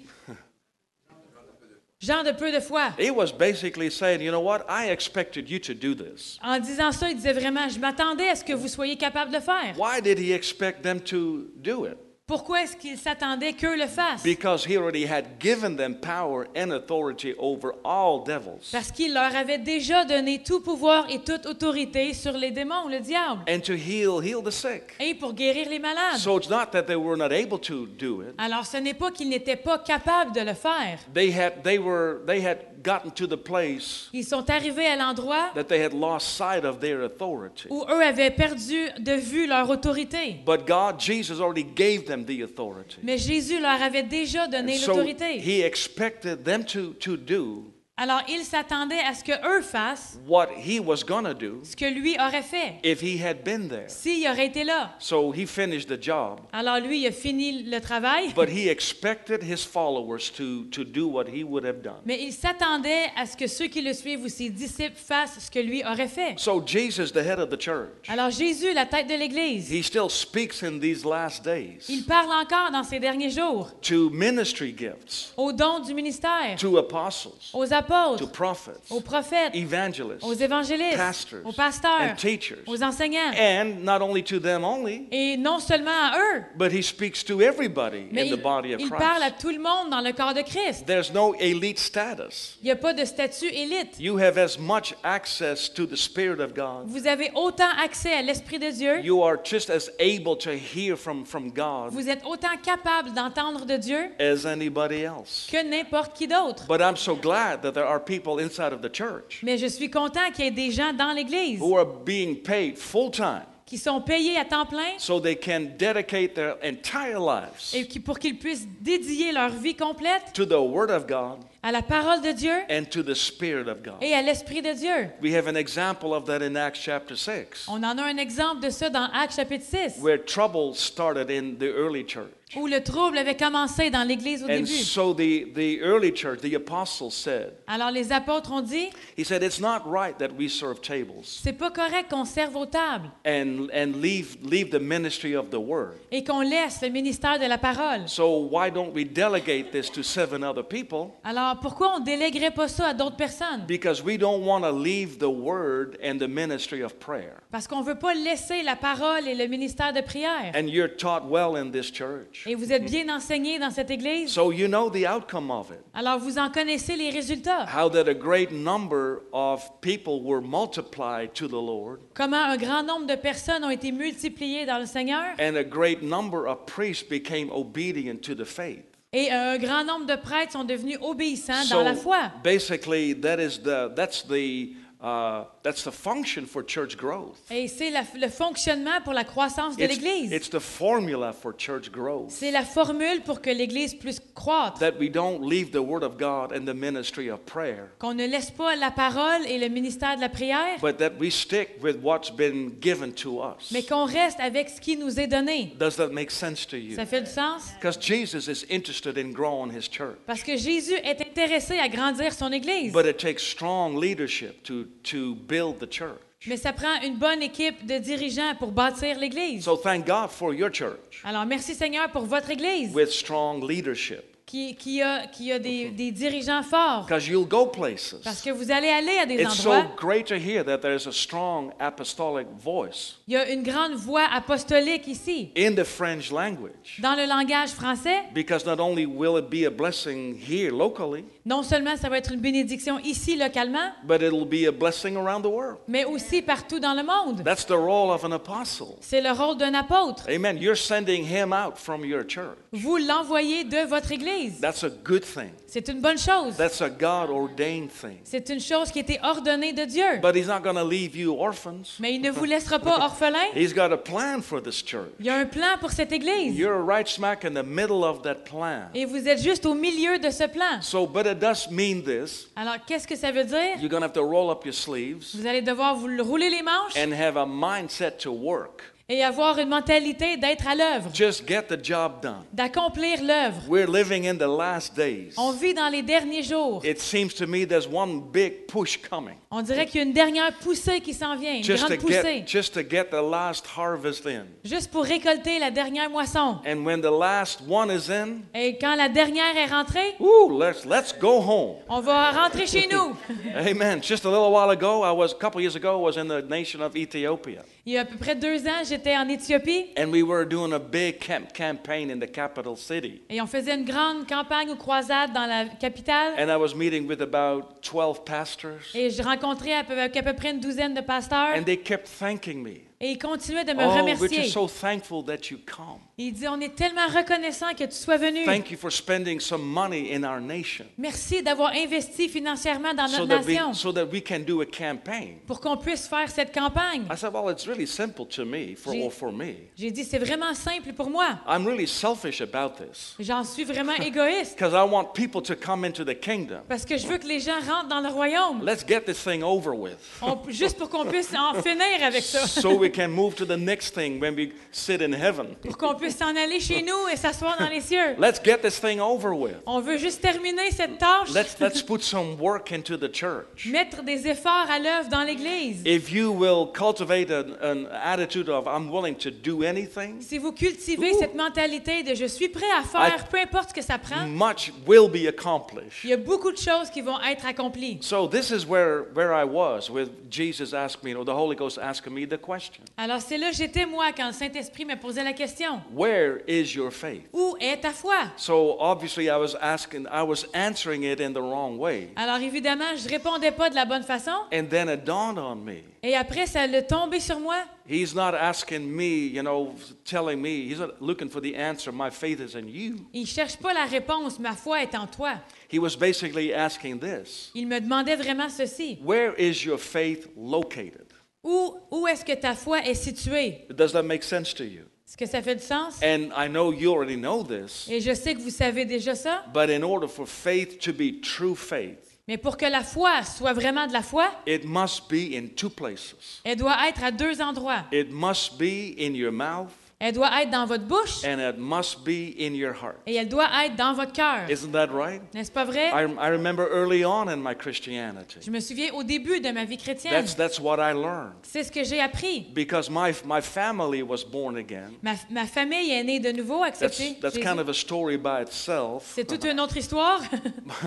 S3: Jean de peu de foi.
S2: He was basically saying, You know what? I expected you to do this.
S3: En disant ça, il disait vraiment, je m'attendais à ce que vous soyez capable de le faire.
S2: Why did he expect them to do it?
S3: Pourquoi est-ce qu'il s'attendait qu'eux le fassent?
S2: Because he already had given them power and authority over all devils.
S3: Parce qu'il leur avait déjà donné tout pouvoir et toute autorité sur les démons, le diable,
S2: and to heal heal the sick.
S3: et pour guérir les malades.
S2: So it's not that they were not able to do it.
S3: Alors ce n'est pas qu'ils n'étaient pas capables de le faire.
S2: They had they were they had gotten to the place
S3: Ils sont arrivés à l'endroit
S2: that they had lost sight of their authority.
S3: où eux avaient perdu de vue leur autorité.
S2: But God Jesus already gave them the authority.
S3: Mais Jésus leur avait déjà donné
S2: So
S3: l'autorité.
S2: he expected them to to do
S3: Alors ils s'attendaient à ce que eux fassent
S2: what he was going to do
S3: ce que lui aurait fait
S2: if he had been there.
S3: s'il aurait été là.
S2: So he finished the job,
S3: Alors lui, il a fini le travail,
S2: but he expected his followers to to do what he would have done.
S3: mais il s'attendait à ce que ceux qui le suivent ou ses disciples fassent ce que lui aurait fait.
S2: So Jesus the head of the church,
S3: Alors Jésus, la tête de l'Église,
S2: he still speaks in these last days.
S3: il parle encore dans ces derniers jours
S2: to ministry gifts,
S3: aux dons du ministère,
S2: to apostles,
S3: aux
S2: to
S3: apôtres,
S2: prophets,
S3: aux prophètes,
S2: evangelists,
S3: aux évangélistes,
S2: pastors,
S3: aux pasteurs,
S2: and teachers.
S3: aux enseignants.
S2: And not only to them only,
S3: Et non seulement à eux,
S2: but he speaks to everybody
S3: mais
S2: in the
S3: il,
S2: body of
S3: il parle à
S2: Christ.
S3: tout le monde dans le corps de Christ.
S2: There's no elite status.
S3: Il n'y a pas de statut élite.
S2: You have as much access to the Spirit of God.
S3: Vous avez autant accès à l'Esprit de Dieu.
S2: You are just as able to hear from, from God
S3: Vous êtes autant capable d'entendre de Dieu
S2: as anybody else.
S3: que n'importe qui d'autre.
S2: But I'm so glad that there are people inside of the church
S3: Mais je suis content qu'il y ait des gens dans l'Église
S2: who are being paid full time
S3: qui sont payés à temps plein
S2: so they can dedicate their entire lives
S3: et qui, pour qu'ils puissent dédier leur vie complète
S2: to the Word of God
S3: à la parole de Dieu
S2: and to the Spirit of God.
S3: et à l'Esprit de Dieu.
S2: We have an example of that in Acts chapter 6,
S3: On en a un exemple de ça dans Actes chapitre 6,
S2: where trouble started in the early church.
S3: où le trouble avait commencé dans l'Église au
S2: And
S3: début.
S2: so the, the early church, the apostles said,
S3: Alors les apôtres ont dit,
S2: He said, It's not right that we serve tables
S3: c'est pas correct qu'on serve aux tables
S2: and, and leave, leave the ministry of the Word.
S3: et qu'on laisse le ministère de la parole.
S2: So why don't we delegate this to seven other people?
S3: Alors pourquoi on déléguerait pas ça à d'autres personnes
S2: Because we don't want to leave the Word and the ministry of prayer.
S3: Parce qu'on veut pas laisser la parole et le ministère de prière.
S2: And you're taught well in this church.
S3: Et vous êtes bien enseigné dans cette église.
S2: So you know the outcome of it.
S3: Alors vous en connaissez les résultats.
S2: How that a great number of people were multiplied to the Lord,
S3: Comment un grand nombre de personnes ont été multipliées dans le Seigneur
S2: and a great number of priests became obedient to the faith.
S3: et un grand nombre de prêtres sont devenus obéissants dans la foi.
S2: basically, that is the that's the uh, that's the function for church growth.
S3: Et c'est la- le fonctionnement pour la croissance de
S2: It's,
S3: l'église.
S2: it's the formula for church growth
S3: C'est la formule pour que l'église puisse croître.
S2: that we don't leave the Word of God and the ministry of prayer,
S3: qu'on ne laisse pas la parole et le ministère de la prière,
S2: but that we stick with what's been given to us.
S3: mais qu'on reste avec ce qui nous est donné.
S2: Does that make sense to you?
S3: Ça fait du sens?
S2: Because Jesus is interested in growing his church.
S3: Parce que Jésus est intéressé à grandir son Église.
S2: But it takes strong leadership to, to build the church. church.
S3: Mais ça prend une bonne équipe de dirigeants pour bâtir l'Église.
S2: So thank God for your church
S3: Alors, merci Seigneur pour votre Église
S2: with strong leadership
S3: qui, qui a, qui a des, des dirigeants forts.
S2: because you'll go
S3: Parce
S2: places.
S3: que vous allez aller à des
S2: It's so
S3: endroits.
S2: great to hear that there's a strong apostolic voice
S3: Il y a une grande voix apostolique ici,
S2: in the French language
S3: dans le langage français.
S2: because not only will it be a blessing here locally,
S3: Non seulement ça va être une bénédiction ici localement,
S2: but it'll be a blessing around the world.
S3: mais aussi partout dans le monde.
S2: That's the role of an apostle.
S3: C'est le rôle d'un apôtre.
S2: Amen. You're sending him out from your church.
S3: Vous l'envoyez de votre Église.
S2: That's a good thing.
S3: C'est une bonne chose.
S2: That's a God ordained thing.
S3: C'est une chose qui était ordonnée de Dieu.
S2: But he's not going to leave you orphans.
S3: Mais il ne vous laissera
S2: Ben-
S3: pas orphelin.
S2: He's got a plan for this church.
S3: Il y a un plan pour cette Église.
S2: You're right smack in the middle of that plan.
S3: Et vous êtes juste au milieu de ce plan.
S2: So, but it does mean this
S3: Alors, qu'est-ce que ça veut dire?
S2: you're going to have to roll up your sleeves
S3: Vous allez devoir vous le- rouler les manches
S2: and have a mindset to work.
S3: et avoir une mentalité d'être à l'œuvre,
S2: Just get the job done.
S3: d'accomplir l'œuvre.
S2: We're living in the last days.
S3: On vit dans les derniers jours.
S2: It seems to me there's one big push coming
S3: On dirait qu'il y a une dernière poussée qui s'en vient, une
S2: just to
S3: grande poussée,
S2: get just to get the last harvest in.
S3: juste pour récolter la dernière moisson.
S2: And when the last one is in,
S3: Et quand la dernière est rentrée,
S2: ooh, let's let's go home.
S3: on va rentrer chez nous.
S2: Amen. Just a little while ago, I was a couple years ago, I was in the nation of Ethiopia,
S3: Il y a à peu près deux ans, j'étais en Éthiopie
S2: and we were doing a big camp campaign in the capital city.
S3: et on faisait une grande campagne ou croisade dans la capitale.
S2: And I was meeting with about 12 pastors,
S3: Et je rencontrais à peu, avec à peu près une douzaine de pasteurs
S2: and they kept thanking me.
S3: et ils continuaient de me
S2: Oh, we're just
S3: remercier.
S2: so thankful that you come.
S3: Ils disaient, on est tellement reconnaissant que tu sois venu.
S2: Thank you for spending some money in our nation
S3: Merci d'avoir investi financièrement dans
S2: so
S3: notre
S2: that we
S3: nation
S2: so that we can do a campaign.
S3: pour qu'on puisse faire cette campagne.
S2: I said, well, it's really simple to me for
S3: J'ai-
S2: or for me.
S3: J'ai dit, c'est vraiment simple pour moi.
S2: I'm really selfish about this
S3: J'en suis vraiment égoïste
S2: because I want people to come into the kingdom.
S3: parce que je veux que les gens rentrent dans le royaume.
S2: Let's get this thing over with.
S3: On- juste pour qu'on puisse en finir avec ça.
S2: so we can move to the next thing when we sit in heaven.
S3: Pour qu'on puisse s'en aller chez nous et s'asseoir dans les cieux.
S2: Let's get this thing over with.
S3: On veut juste terminer cette tâche.
S2: Let's let's put some work into the church.
S3: Mettre des efforts à l'œuvre dans l'Église.
S2: If you will cultivate an, an attitude of I'm willing to do anything,
S3: Si vous cultivez
S2: Ouh.
S3: cette mentalité de je suis prêt à faire peu importe ce que ça prend,
S2: much will be accomplished.
S3: il y a beaucoup de choses qui vont être accomplies.
S2: So this is where where I was with Jesus asking me, or the Holy Ghost asking me the question,
S3: Alors c'est là que j'étais moi quand le Saint-Esprit m'a posé la question.
S2: "Where is your faith?"
S3: Où est ta foi?
S2: So obviously I was asking, I was answering it in the wrong way.
S3: Alors évidemment, je répondais pas de la bonne façon.
S2: And then it dawned on me.
S3: Et après, ça l'a tombé sur moi.
S2: He's not asking me, you know, telling me. He's not looking for the answer. My faith is in you.
S3: Il cherche pas la réponse. Ma foi est en toi.
S2: He was basically asking this
S3: Il me demandait vraiment ceci.
S2: Where is your faith located?
S3: Où, où est-ce que ta foi est située?
S2: Does that make sense to you?
S3: Est-ce que ça fait du sens?
S2: And I know you already know this,
S3: Et je sais que vous savez déjà ça,
S2: but in order for faith to be true faith,
S3: mais pour que la foi soit vraiment de la foi,
S2: it must be in two places.
S3: elle doit être à deux endroits.
S2: It must be in your mouth
S3: Elle doit être dans votre bouche
S2: and it must be in your heart.
S3: et elle doit être dans votre cœur.
S2: Isn't that right?
S3: N'est-ce pas vrai?
S2: I, I remember early on in my Christianity.
S3: Je me souviens au début de ma vie chrétienne.
S2: That's, that's what I learned.
S3: C'est ce que j'ai appris.
S2: because my, my family was born again.
S3: Ma, ma famille est née de nouveau,
S2: That's,
S3: acceptée.
S2: that's
S3: Jésus.
S2: kind of a story by itself.
S3: C'est toute une autre histoire.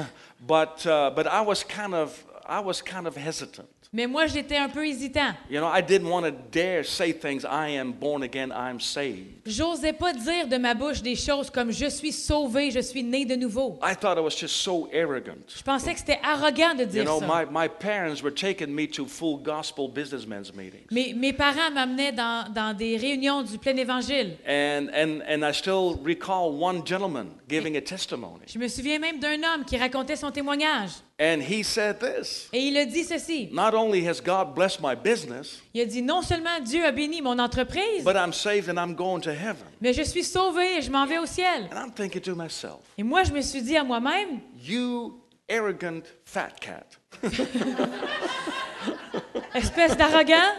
S2: But, uh, but I, was kind of, I was kind of hesitant.
S3: Mais moi, j'étais un peu hésitant.
S2: You know, I didn't want to dare say things, I am born again, I'm saved.
S3: J'osais pas dire de ma bouche des choses comme je suis sauvé, je suis né de nouveau.
S2: I thought I was just so arrogant.
S3: Je pensais que c'était arrogant de
S2: You
S3: dire
S2: know,
S3: ça.
S2: my, my parents were taking me to full gospel businessmen's meetings.
S3: Mes, mes parents m'amenaient dans, dans des réunions du plein évangile.
S2: And, and, and I still recall one gentleman giving a testimony.
S3: Je me souviens même d'un homme qui racontait son témoignage.
S2: And he said this
S3: Et il a dit ceci.
S2: Not only has God blessed my business,
S3: Il a dit, non seulement Dieu a béni mon entreprise,
S2: but I'm saved and I'm going to heaven.
S3: mais je suis sauvé et je m'en vais au ciel.
S2: And I'm thinking to myself,
S3: Et moi, je me suis dit à moi-même,
S2: you arrogant fat cat.
S3: espèce d'arrogant,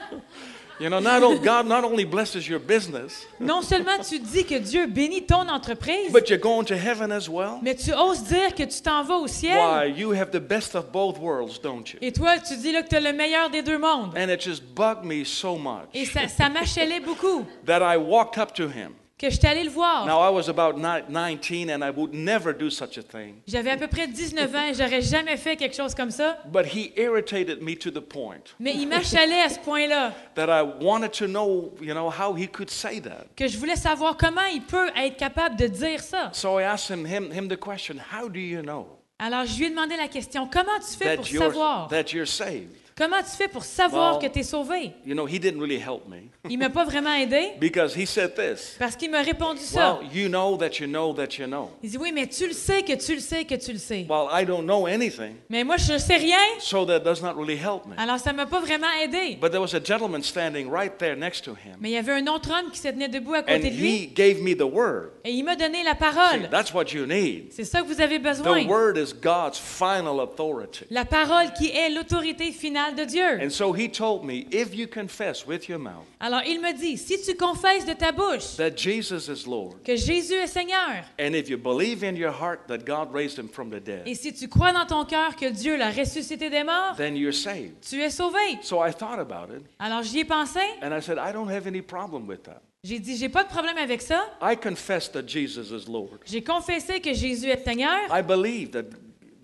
S2: You know, not only, God not only blesses your business,
S3: Non seulement tu dis que Dieu bénit ton entreprise,
S2: but you're going to heaven as well.
S3: mais tu oses dire que tu t'en vas au ciel.
S2: Why, you have the best of both worlds, don't you?
S3: Et toi, tu dis là que tu as le meilleur des deux mondes.
S2: And it just bugged me so
S3: Et
S2: much
S3: ça, ça m'achalait beaucoup
S2: that I walked up to him.
S3: que je suis allée le voir.
S2: Now, I was about ni- 19 and I would never do such a thing.
S3: J'avais à peu près 19 ans et j'aurais jamais fait quelque chose comme ça.
S2: But he irritated me to the point
S3: Mais il m'achalait à ce point-là
S2: that I wanted to know, you know, how he could say that.
S3: que je voulais savoir comment il peut être capable de dire ça.
S2: So I asked him, him, him the question, How do you know
S3: Alors je lui ai demandé la question, comment tu fais pour
S2: that you're,
S3: savoir?
S2: that you're saved?
S3: Comment tu fais pour savoir
S2: Well-
S3: que tu es sauvé?
S2: You know, he didn't really help me
S3: Il m'a pas vraiment aidé
S2: because he said this
S3: parce qu'il m'a répondu ça.
S2: Well, you know that you know that you know.
S3: Il dit oui, mais tu le sais que tu le sais que tu le sais.
S2: Well, I don't know anything,
S3: Mais moi je sais rien,
S2: so that does not really help me.
S3: alors ça m'a pas vraiment aidé.
S2: But there was a gentleman standing right there next to him,
S3: Mais il y avait un autre homme qui se tenait debout à
S2: and
S3: côté de lui
S2: he gave me the word.
S3: et il m'a donné la
S2: See,
S3: parole.
S2: that's what you need.
S3: C'est ça que vous avez besoin.
S2: The word is God's final authority.
S3: La parole qui est l'autorité finale de Dieu.
S2: And so he told me, if you confess with your mouth
S3: Alors il me dit, si tu confesses de ta bouche
S2: that Jesus is Lord,
S3: que Jésus est Seigneur,
S2: and if you believe in your heart that God raised him from the
S3: et
S2: dead,
S3: si tu crois dans ton cœur que Dieu l'a ressuscité des morts,
S2: then you're saved.
S3: tu es sauvé.
S2: So I thought about it,
S3: Alors j'y ai pensé,
S2: and I said, I don't have any problem with that.
S3: j'ai dit, j'ai pas de problème avec ça.
S2: I confess that Jesus is Lord.
S3: J'ai confessé que Jésus est Seigneur
S2: I believe that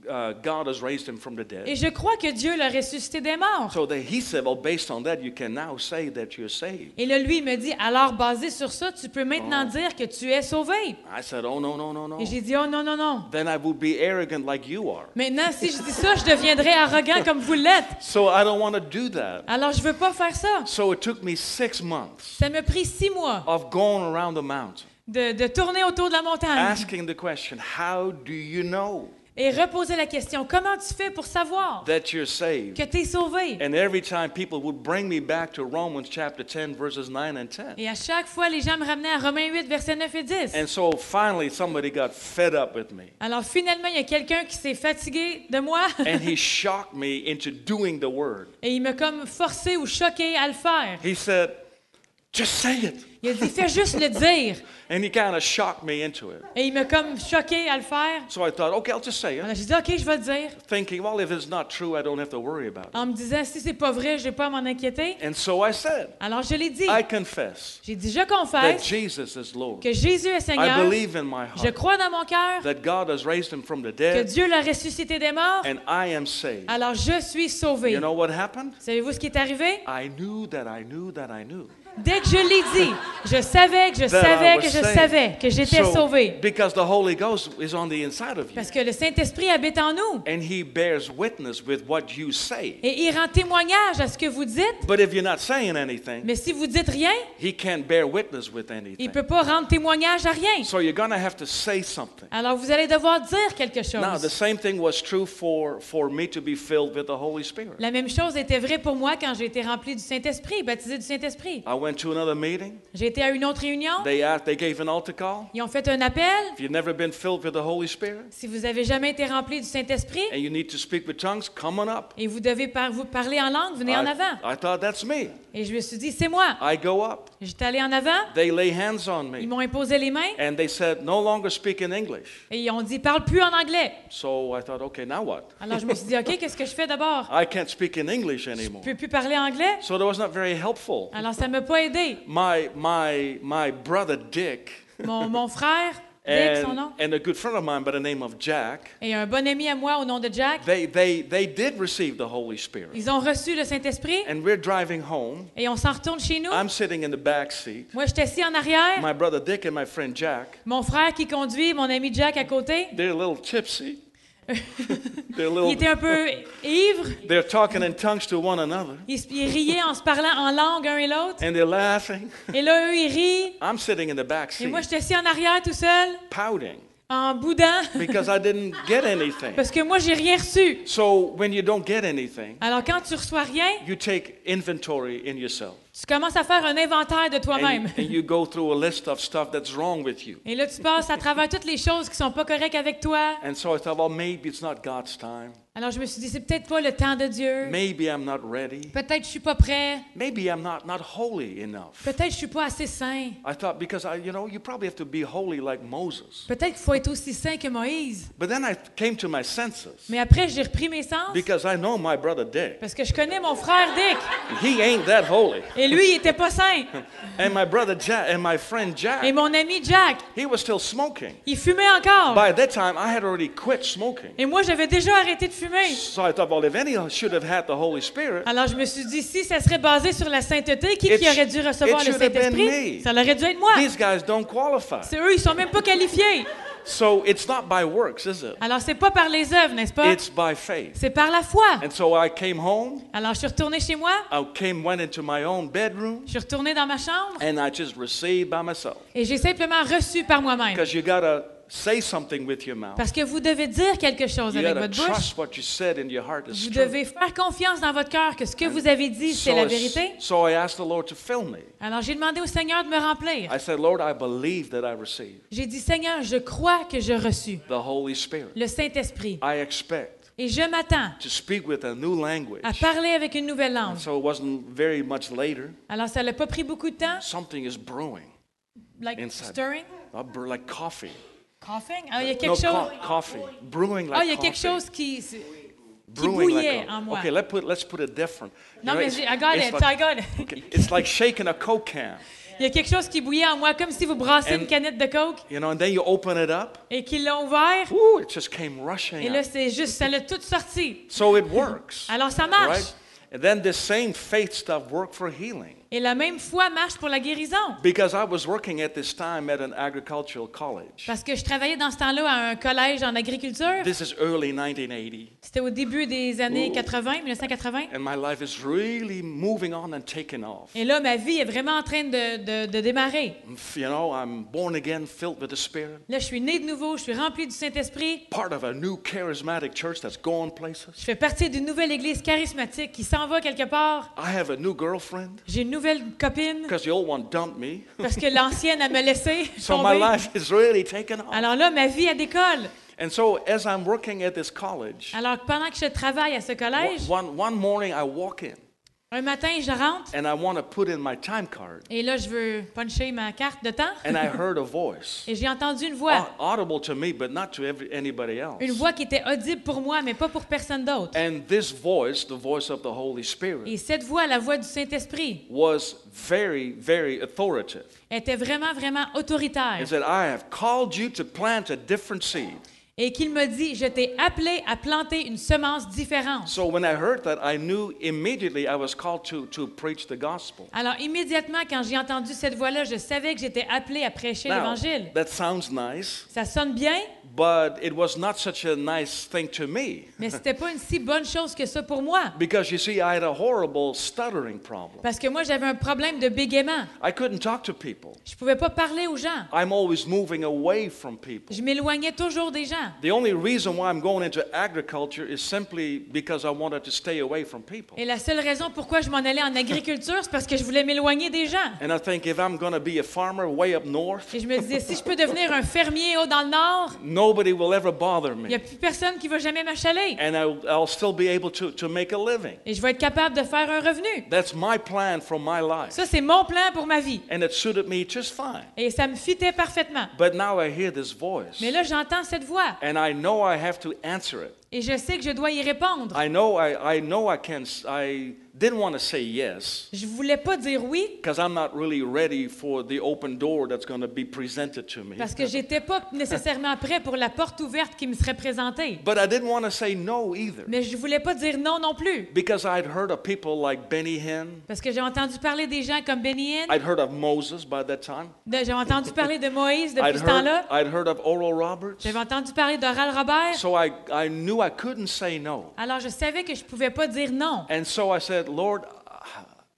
S2: uh, God has raised him from the
S3: et
S2: dead.
S3: je crois que Dieu l'a ressuscité des morts.
S2: So that he said, well, based on that, you can now say that you're saved.
S3: Et là, lui, il me dit, alors basé sur ça, tu peux maintenant dire que tu es sauvé.
S2: I said, oh, no, no, no,
S3: Et
S2: no.
S3: j'ai dit, oh non, non, non.
S2: Then I would be arrogant like you are.
S3: Maintenant, si je dis ça, je deviendrai arrogant comme vous l'êtes.
S2: So I don't want to do that.
S3: Alors, je veux pas faire ça.
S2: So it took me six months
S3: Ça m'a pris six mois
S2: of going around the mountain,
S3: de, de tourner autour de la montagne
S2: asking the question, how do you know
S3: et reposer la question comment tu fais pour savoir
S2: that you're saved?
S3: que tu es sauvé
S2: And every time people would bring me back to Romans chapter 10, verses 9 and 10.
S3: Et à chaque fois, les gens me ramenaient à Romains 8, versets 9 et 10.
S2: And so finally, somebody got fed up with me.
S3: Alors, finalement, il y a quelqu'un qui s'est fatigué de moi
S2: And he shocked me into doing the word.
S3: et il m'a comme forcé ou choqué à le faire.
S2: He said, Just say it.
S3: Il a dit fais juste le dire.
S2: And he kind of shocked me into it.
S3: Et il m'a comme choqué à le faire.
S2: So I thought, okay, I'll just say it.
S3: Alors, j'ai dit OK, je vais le dire.
S2: Thinking, well, if it's not true, I don't have to worry about it.
S3: En me disant si c'est pas vrai, j'ai pas à m'en inquiéter.
S2: And so I said,
S3: Alors, je l'ai dit.
S2: I confess
S3: J'ai dit je
S2: that
S3: confesse
S2: Jesus is Lord.
S3: que Jésus est
S2: I
S3: Seigneur.
S2: believe in my
S3: Je
S2: heart
S3: crois dans mon cœur
S2: that God has raised him from the
S3: que
S2: dead
S3: Dieu l'a ressuscité des morts,
S2: and I am saved.
S3: alors je suis sauvé.
S2: You know what happened?
S3: Savez-vous ce qui est arrivé?
S2: I knew that I knew that I knew.
S3: Dès que je l'ai dit, je savais que je
S2: That
S3: savais
S2: I
S3: que
S2: was
S3: je
S2: saved.
S3: savais que j'étais
S2: So,
S3: sauvé.
S2: Because the Holy Ghost is on the inside of you.
S3: Parce que le Saint-Esprit habite en nous
S2: And he bears witness with what you say.
S3: et il rend témoignage à ce que vous dites.
S2: But if you're not saying anything,
S3: Mais si vous dites rien,
S2: he can't bear witness with
S3: il ne
S2: anything.
S3: peut pas rendre témoignage à rien.
S2: So you're going to have to say something.
S3: Alors vous allez devoir dire quelque
S2: Now, the
S3: chose.
S2: same thing was true for, for me to be filled with the Holy Spirit.
S3: La même chose était vraie pour moi quand j'ai été rempli du Saint-Esprit, baptisé du Saint-Esprit.
S2: I went to another meeting.
S3: J'ai été à une autre réunion,
S2: They, asked, they gave an altar call.
S3: ils ont fait un appel.
S2: If you've never been filled with the Holy Spirit
S3: Si vous n'avez jamais été rempli du Saint-Esprit,
S2: and you need to speak with tongues, come on up.
S3: Et vous devez par- vous parler en langue, venez en avant.
S2: I, I thought, that's me.
S3: Et je me suis dit, c'est moi.
S2: I go up.
S3: J'étais allé en avant,
S2: They lay hands on me.
S3: ils m'ont imposé les mains
S2: And they said, no longer speak in English.
S3: et ils ont dit, parle plus en anglais.
S2: So I thought, okay, now what?
S3: Alors je me suis dit, OK, qu'est-ce que je fais d'abord?
S2: I can't speak in English
S3: Je
S2: anymore.
S3: peux plus parler anglais?
S2: So that was not very helpful.
S3: Alors ça ne m'a pas aidé.
S2: My, my, my brother Dick
S3: Mon, mon frère, Dick, son
S2: and,
S3: nom,
S2: and a good friend of mine by the name of Jack,
S3: et un bon ami à moi au nom de Jack,
S2: they, they, they did receive the Holy Spirit.
S3: ils ont reçu le Saint-Esprit
S2: And we're driving home.
S3: et on s'en retourne chez nous.
S2: I'm sitting in the back seat.
S3: Moi, j'étais assis en arrière.
S2: My brother Dick and my friend Jack,
S3: Mon frère qui conduit, mon ami Jack à côté,
S2: they're a little tipsy. they're a
S3: il
S2: little,
S3: était un peu ivre.
S2: they're talking in tongues to one another.
S3: Ils se- ils riaient en se parlant en langue un et l'autre.
S2: And they're laughing.
S3: Et là, eux, ils rient.
S2: I'm sitting in the back
S3: Et
S2: seat
S3: moi, j'étais assis en arrière tout seul,
S2: pouting
S3: en boudant,
S2: because I didn't get anything.
S3: parce que moi, j'ai rien reçu.
S2: So when you don't get anything,
S3: Alors, quand tu reçois rien,
S2: you take inventory in yourself.
S3: Tu commences à faire un inventaire de toi-même.
S2: And, and you go through a list of stuff that's wrong with you.
S3: Et là, tu passes à travers toutes les choses qui sont pas correctes avec toi.
S2: And so I thought, well, maybe it's not God's time.
S3: Alors, je me suis dit, c'est peut-être pas le temps de Dieu.
S2: Maybe I'm not ready.
S3: Peut-être je suis pas prêt.
S2: Maybe I'm not, not holy enough.
S3: Peut-être je suis pas assez saint.
S2: I thought, because I, you know, you probably have to be holy like Moses.
S3: Peut-être qu'il faut être aussi saint que Moïse.
S2: But then I came to my senses
S3: Mais après, j'ai repris mes sens
S2: because I know my brother Dick.
S3: parce que je connais mon frère Dick.
S2: He ain't that holy.
S3: Et lui, il était pas saint.
S2: And my brother Jack and my friend
S3: Et
S2: Jack,
S3: mon ami Jack,
S2: he was still smoking.
S3: il fumait encore.
S2: By that time, I had already quit smoking.
S3: Et moi, j'avais déjà arrêté de fumer.
S2: So I thought, well, if any should have had the Holy Spirit,
S3: Alors, je me suis dit, si ça serait basé sur la sainteté, qui,
S2: It
S3: qui aurait dû
S2: sh-
S3: recevoir
S2: it
S3: le
S2: should have been
S3: Saint-Esprit?
S2: me.
S3: Ça aurait dû être moi.
S2: these guys don't qualify.
S3: C'est eux, ils sont même pas qualifiés.
S2: So it's not by works, is it?
S3: Alors, c'est pas par les œuvres, n'est-ce pas?
S2: It's by faith.
S3: C'est par la foi.
S2: And so I came home.
S3: Alors, je suis retournée chez moi,
S2: I came, went into my own bedroom,
S3: je suis retournée dans ma chambre
S2: and I just received by myself.
S3: et j'ai simplement reçu par moi-même.
S2: Because you gotta say something with your mouth.
S3: Parce que vous devez dire quelque chose
S2: You
S3: avec
S2: gotta
S3: votre bouche.
S2: trust what you said in your heart is
S3: Vous
S2: true.
S3: devez faire confiance dans votre cœur que ce
S2: Ah,
S3: que vous avez dit, c'est la
S2: I s-
S3: vérité.
S2: so I asked the Lord to fill me.
S3: Alors, j'ai demandé au Seigneur de me remplir.
S2: I said, Lord, I believe that I receive
S3: J'ai dit, Seigneur, je crois que je reçus
S2: the Holy Spirit.
S3: le Saint-Esprit
S2: I expect
S3: et je m'attends
S2: to speak with a new language.
S3: à parler avec une nouvelle langue.
S2: So it wasn't very much later.
S3: Alors, ça n'a pas pris beaucoup de temps.
S2: Something is brewing,
S3: Like
S2: Inside.
S3: stirring,
S2: Uh, bre- like coffee.
S3: coughing. Ah, il y a
S2: no,
S3: quelque
S2: co-
S3: chose.
S2: coffee. Brewing like
S3: Ah, il y a
S2: coffee.
S3: quelque chose qui. qui
S2: Brewing like
S3: bouillait
S2: coffee.
S3: en moi.
S2: Okay, let's put let's put it different. You
S3: Non,
S2: know,
S3: mais
S2: it's-
S3: j'ai- I got
S2: it's
S3: it, I
S2: like-
S3: got it.
S2: okay, It's like shaking a Coke can,
S3: Il y a quelque chose qui bouillait en moi, comme si vous brassiez une
S2: And-
S3: canette de coke
S2: you know, and then you open it up.
S3: et qu'ils l'ont ouvert.
S2: Ooh, it just came rushing.
S3: Et
S2: out.
S3: là, c'est juste, ça l'a tout sorti.
S2: So it works.
S3: Alors, ça marche.
S2: Right? And then this same faith stuff worked for healing.
S3: Et la même foi marche pour la guérison.
S2: Because I was working at this time at an agricultural college.
S3: Parce que je travaillais dans ce temps-là à un collège en agriculture.
S2: This is early 1980,
S3: C'était au début des années 80, 1980.
S2: and my life is really moving on and taking off.
S3: Et là, ma vie est vraiment en train de, de- de démarrer.
S2: Mm, You know, I'm born again, filled with the Spirit,
S3: Là, je suis née de nouveau, je suis remplie du Saint-Esprit.
S2: part of a new charismatic church that's going places.
S3: Je fais partie d'une nouvelle église charismatique qui s'en va quelque part.
S2: I have a new girlfriend
S3: J'ai une nouvelle copine
S2: because the old one dumped me.
S3: parce que l'ancienne, elle me laissé
S2: So my
S3: tomber.
S2: life is really taking off.
S3: Alors là, ma vie, elle décolle.
S2: And so as I'm working at this college,
S3: Alors que pendant que je travaille à ce collège,
S2: one, one morning I walk in
S3: un matin, je rentre
S2: and I want to put in my time card.
S3: et là, je veux puncher ma carte de temps
S2: and I heard a voice,
S3: et j'ai entendu une
S2: au-
S3: voix.
S2: audible to me, but not to every, anybody else.
S3: Une voix qui était audible pour moi, mais pas pour personne d'autre.
S2: And this voice, the voice of the Holy Spirit,
S3: Et cette voix, la voix du Saint-Esprit,
S2: was very, very authoritative.
S3: était vraiment, vraiment
S2: It
S3: autoritaire.
S2: said, I have called you to plant a different seed.
S3: Et qu'il me dit, je t'ai appelé à planter une semence différente.
S2: So when I heard that, I knew immediately I was called to, to preach the gospel.
S3: Alors immédiatement, quand j'ai entendu cette voix-là, je savais que j'étais appelé à prêcher
S2: Now,
S3: l'Évangile.
S2: that sounds nice,
S3: Ça sonne bien,
S2: but it was not such a nice thing to me.
S3: mais c'était pas une si bonne chose que ça pour moi.
S2: Because you see, I had a horrible stuttering problem.
S3: Parce que moi, j'avais un problème de bégaiement.
S2: I couldn't talk to people.
S3: Je pouvais pas parler aux gens.
S2: I'm always moving away from people.
S3: Je m'éloignais toujours des gens.
S2: The only reason why I'm going into agriculture is simply because I wanted to stay away from people.
S3: Et la seule raison pourquoi je m'en allais en agriculture, c'est parce que je voulais m'éloigner des gens.
S2: And I think if I'm going to be a farmer way up north,
S3: Et je me disais, si je peux devenir un fermier haut dans le nord,
S2: nobody will ever bother
S3: il n'y a
S2: me.
S3: plus personne qui va jamais m'achaler.
S2: And I'll, I'll still be able to, to make a living.
S3: Et je vais être capable de faire un revenu.
S2: That's my plan for my life.
S3: Ça, c'est mon plan pour ma vie.
S2: And it suited me just fine.
S3: Et ça me fitait parfaitement.
S2: But now I hear this voice.
S3: Mais là, j'entends cette voix
S2: And I know I have to answer it.
S3: et je sais que je dois y répondre.
S2: I know I, I know I can s- I didn't want to say yes
S3: Je voulais pas dire oui
S2: because I'm not really ready for the open door that's going to be presented to me.
S3: parce que j'étais pas nécessairement prêt pour la porte ouverte qui me serait présentée.
S2: But I didn't want to say no either.
S3: Mais je voulais pas dire non non plus
S2: Because I'd heard of people like Benny Hinn.
S3: parce que j'ai entendu parler des gens comme Benny Hinn,
S2: I'd heard of Moses by that time.
S3: de- j'ai entendu parler de Moïse
S2: I'd
S3: depuis ce
S2: heard,
S3: temps-là,
S2: I'd heard of Oral Roberts.
S3: j'avais entendu parler d'Oral Robert.
S2: So I, I knew I couldn't say no.
S3: Alors je savais que je pouvais pas dire non.
S2: And so I said, Lord,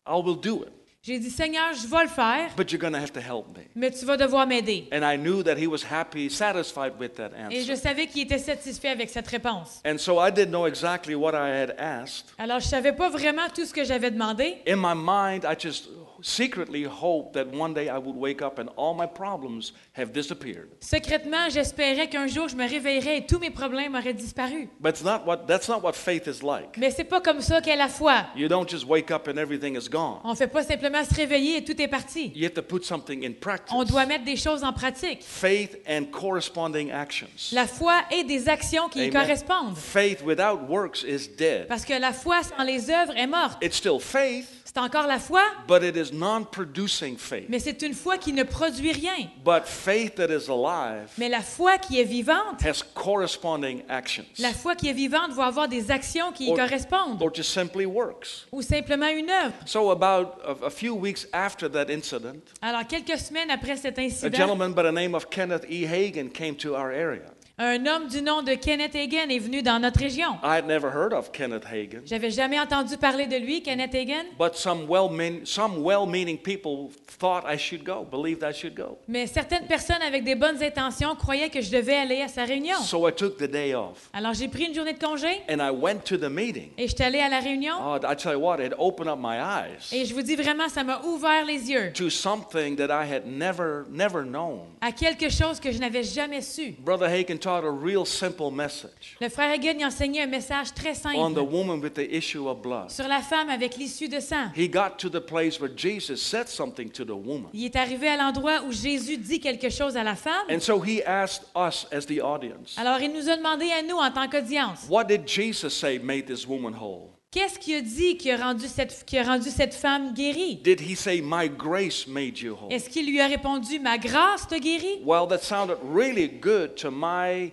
S2: I will do it.
S3: J'ai dit, Seigneur, je vais le faire,
S2: but you're going to have to help me.
S3: mais tu vas devoir m'aider.
S2: And I knew that he was happy, satisfied with that
S3: Et je
S2: answer.
S3: savais qu'il était satisfait avec cette réponse.
S2: And so I didn't know exactly what I had asked.
S3: Alors, je savais pas vraiment tout ce que j'avais demandé.
S2: In my mind, I just secretly hoped that one day I would wake up and all my problems have disappeared.
S3: Secrètement, j'espérais qu'un jour je me réveillerais et tous mes problèmes auraient disparu.
S2: But it's not what, that's not what faith is like.
S3: Mais c'est pas comme ça qu'est la foi.
S2: You don't just wake up and everything is gone.
S3: On fait pas simplement se réveiller et tout est parti.
S2: You have to put something in practice.
S3: On doit mettre des choses en pratique.
S2: Faith and corresponding actions.
S3: La foi et des actions qui y
S2: Amen.
S3: correspondent.
S2: Faith without works is dead.
S3: Parce que la foi sans les œuvres est morte.
S2: It's still faith,
S3: C'est encore la foi,
S2: but it is non producing faith.
S3: mais c'est une foi qui ne produit rien.
S2: But faith that is alive
S3: Mais la foi qui est vivante,
S2: has corresponding actions
S3: la foi qui est vivante va avoir des actions qui y
S2: Or-
S3: correspondent
S2: or just simply works.
S3: ou simplement une œuvre.
S2: So, about a, a few weeks after that incident,
S3: Alors, quelques semaines après cet
S2: a
S3: incident,
S2: gentleman by the name of Kenneth E. Hagan came to our area.
S3: un homme du nom de Kenneth Hagan est venu dans notre région.
S2: I had never heard of Kenneth Hagan,
S3: J'avais jamais entendu parler de lui, Kenneth Hagan,
S2: but some well some well-meaning people thought I should go, believed I should go.
S3: mais certaines personnes avec des bonnes intentions croyaient que je devais aller à sa réunion.
S2: So I took the day off
S3: Alors, j'ai pris une journée de congé
S2: and I went to the meeting.
S3: et je suis allée à la réunion
S2: Oh, I tell you what, it opened up my eyes
S3: et je vous dis vraiment, ça m'a ouvert les yeux
S2: to something that I had never never known.
S3: à quelque chose que je n'avais jamais su.
S2: Brother Hagan taught a real simple message
S3: Le frère Hagan y enseignait un message très
S2: on the
S3: simple
S2: woman with the issue of blood.
S3: sur la femme avec l'issue de sang.
S2: He got to the place where Jesus said something to the woman.
S3: Il est arrivé à l'endroit où Jésus dit quelque chose à la femme.
S2: And so he asked us as the audience,
S3: Alors, il nous a demandé à nous, en tant qu'audience,
S2: what did Jesus say made this woman whole?
S3: qu'est-ce qu'il a dit qui a rendu cette, qui a rendu cette femme guérie?
S2: Did he say, My grace made you whole?
S3: Est-ce qu'il lui a répondu Ma grâce te guérit
S2: Well, that sounded really good to my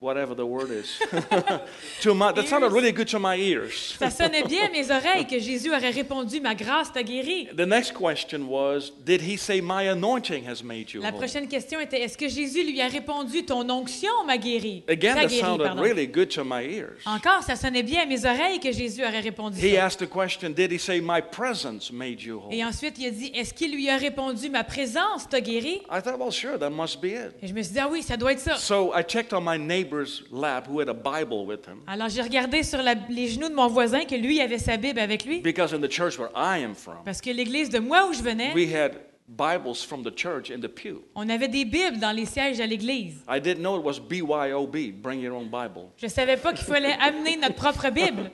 S2: whatever the word is. to my that sounded really good to my ears.
S3: Ça sonnait bien à mes oreilles que Jésus aurait répondu Ma grâce te guérit.
S2: The next question was, did he say my anointing has made you
S3: La
S2: whole?
S3: prochaine question était Est-ce que Jésus lui a répondu Ton onction m'a guéri
S2: Again,
S3: T'a
S2: that
S3: guéri,
S2: sounded
S3: pardon.
S2: really good to my ears.
S3: Encore, ça sonnait bien à mes oreilles que Jésus aurait répondu.
S2: He
S3: ça.
S2: asked the question, did he say my presence made you whole?
S3: Et ensuite, il a dit Est-ce qu'il lui a répondu Ma présence t'a guéri
S2: I thought, well, sure, that must be it.
S3: Et je me suis dit Ah oui, ça doit être ça.
S2: So I checked on my neighbor's lap who had a Bible with him
S3: Alors, j'ai regardé sur la- les genoux de mon voisin que lui avait sa Bible avec lui.
S2: because in the church where I am from,
S3: Parce que l'église de moi où je venais,
S2: we had Bibles from the church in the pew.
S3: on avait des Bibles dans les sièges à l'église.
S2: I didn't know it was BYOB, bring your own Bible.
S3: Je savais pas qu'il fallait amener notre propre Bible.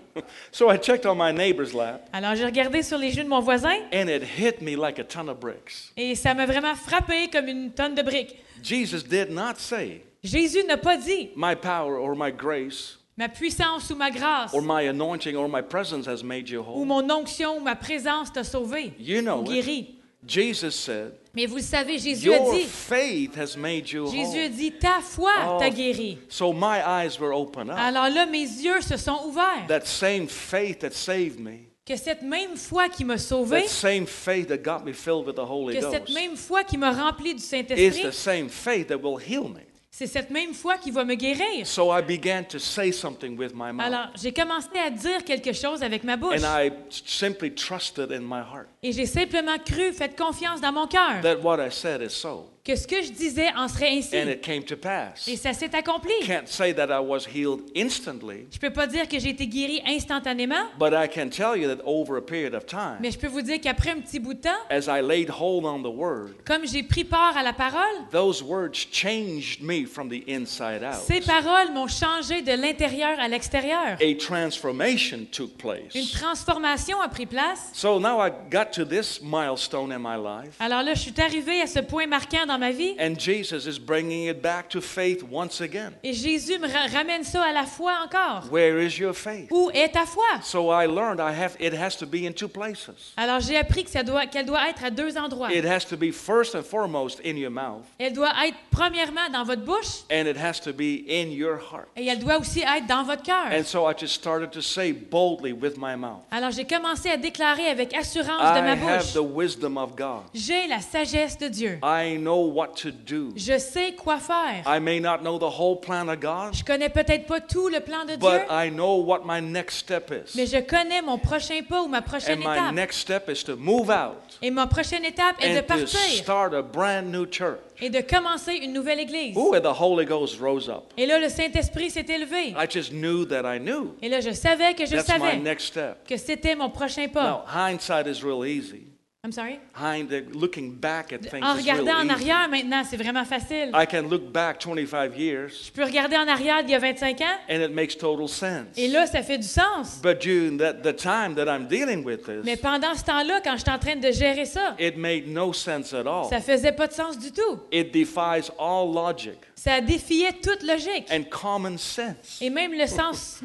S2: So I checked on my neighbor's lap
S3: Alors j'ai regardé sur les genoux de mon voisin
S2: and it hit me like a ton of bricks.
S3: et ça m'a vraiment frappé comme une tonne de briques.
S2: Jesus did not say,
S3: Jésus n'a pas dit
S2: My power or my grace
S3: ma puissance ou ma grâce
S2: or my anointing or my presence has made you
S3: ou
S2: whole.
S3: mon onction ou ma présence t'a sauvé
S2: You know
S3: ou
S2: it.
S3: guéri.
S2: Jesus said,
S3: Mais vous le savez, Jésus a
S2: Your
S3: dit
S2: faith has made you
S3: Jésus a
S2: whole.
S3: dit ta foi
S2: Oh.
S3: t'a guéri.
S2: So my eyes were open up.
S3: Alors là mes yeux se sont ouverts
S2: That same faith that saved me,
S3: que cette même foi qui m'a sauvé,
S2: that same faith that got me filled with the Holy
S3: que cette
S2: Ghost,
S3: même foi qui m'a rempli
S2: is
S3: du
S2: the
S3: Saint-Esprit,
S2: same faith that will heal me.
S3: c'est cette même foi qui va me guérir.
S2: So I began to say something with my mouth.
S3: Alors, j'ai commencé à dire quelque chose avec ma bouche.
S2: And I simply trusted in my heart
S3: Et j'ai simplement cru, faites confiance dans mon cœur,
S2: that what I said is so.
S3: que ce que je disais en serait ainsi.
S2: And it came to
S3: Et
S2: pass.
S3: ça s'est accompli.
S2: Can't say that I was healed instantly,
S3: Je peux pas dire que j'ai été guéri instantanément,
S2: but I can tell you that over a period of time,
S3: mais je peux vous dire qu'après un petit bout de temps,
S2: as I laid hold on the word,
S3: comme j'ai pris part à la parole,
S2: those words changed me from the inside out.
S3: ces paroles m'ont changé de l'intérieur à l'extérieur.
S2: A transformation took
S3: Une
S2: place.
S3: transformation a pris place.
S2: So now I got to this milestone in my life,
S3: Alors là, je suis arrivée à ce point marquant dans ma vie.
S2: and Jesus is bringing it back to faith once again.
S3: Et Jésus me ra- ramène ça à la foi encore.
S2: Where is your faith?
S3: Où est ta foi?
S2: So I learned I have it has to be in two places.
S3: Alors j'ai appris que ça doit- qu'elle doit être à deux endroits.
S2: It has to be first and foremost in your mouth,
S3: Elle doit être premièrement dans votre bouche
S2: and it has to be in your heart.
S3: Et elle doit aussi être dans votre cœur.
S2: And so I just started to say boldly with my mouth,
S3: Alors j'ai commencé à déclarer avec assurance de
S2: I
S3: ma
S2: have
S3: bouche,
S2: the wisdom of God.
S3: j'ai la sagesse de Dieu.
S2: I know what to do.
S3: Je sais quoi faire.
S2: I may not know the whole plan of God,
S3: Je connais peut-être pas tout le plan de Dieu,
S2: but I know what my next step is.
S3: mais je connais mon prochain pas ou ma prochaine
S2: And my
S3: étape.
S2: next step is to move out
S3: Et ma prochaine étape est de
S2: and to
S3: partir
S2: start a brand new church.
S3: et de commencer une nouvelle église.
S2: Ooh, and the Holy Ghost rose up.
S3: Et là, le Saint-Esprit s'est élevé.
S2: I just knew that I knew.
S3: Et là, je savais que je
S2: That's my
S3: savais
S2: next step.
S3: que c'était mon prochain
S2: Now,
S3: pas.
S2: hindsight is real easy.
S3: I'm sorry?
S2: Hind, uh, looking back at things
S3: En
S2: is real
S3: regardant Ah, en
S2: easy.
S3: arrière maintenant, c'est vraiment facile.
S2: I can look back 25 years
S3: Je peux regarder en arrière d'il y a 25 ans
S2: and it makes total sense.
S3: et là, ça fait du sens.
S2: But during that, the time that I'm dealing with this,
S3: Mais pendant ce temps-là, quand je suis en train de gérer ça,
S2: it made no sense at all.
S3: ça faisait pas de sens du tout.
S2: It defies all logic
S3: Ça défiait toute logique
S2: and common sense.
S3: et même le sens.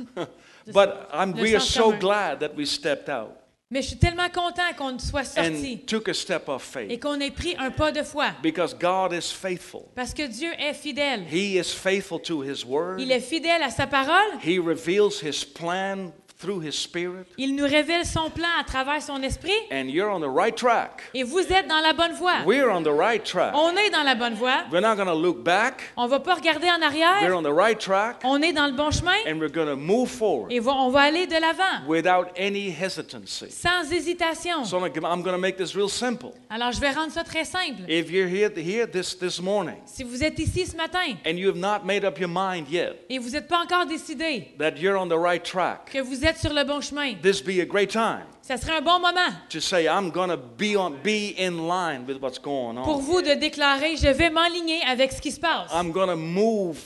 S2: But I'm,
S3: Le
S2: we are
S3: sens
S2: so
S3: commun.
S2: glad that we stepped out
S3: Mais je suis tellement content qu'on soit sorti
S2: and took a step of
S3: et
S2: faith
S3: qu'on ait pris un pas de foi
S2: because God is faithful.
S3: parce que Dieu est fidèle.
S2: He is faithful to His word.
S3: Il est fidèle à sa parole.
S2: He reveals His plan through His Spirit.
S3: Il nous révèle son plan à travers son esprit
S2: And you're on the right track.
S3: et vous êtes dans la bonne voie.
S2: We're on the right track.
S3: On est dans la bonne voie.
S2: We're not going to look back.
S3: On va pas regarder en
S2: We're
S3: arrière.
S2: on the right track.
S3: On est dans le bon chemin
S2: And we're going to move forward
S3: et vo- on va aller de l'avant
S2: without any hesitancy.
S3: sans hésitation.
S2: So I'm going to make this real simple.
S3: Alors je vais rendre ça très simple.
S2: If you're here, here this, this morning
S3: Si vous êtes ici ce matin
S2: and you have not made up your mind yet
S3: et vous n'êtes pas encore décidé
S2: that you're on the right track,
S3: que vous êtes sur le bon chemin,
S2: this be a great time
S3: ça serait un bon moment
S2: to say, I'm going to be, on, be in line with what's going
S3: pour
S2: on.
S3: vous de déclarer je vais m'aligner avec ce qui se passe.
S2: I'm going to move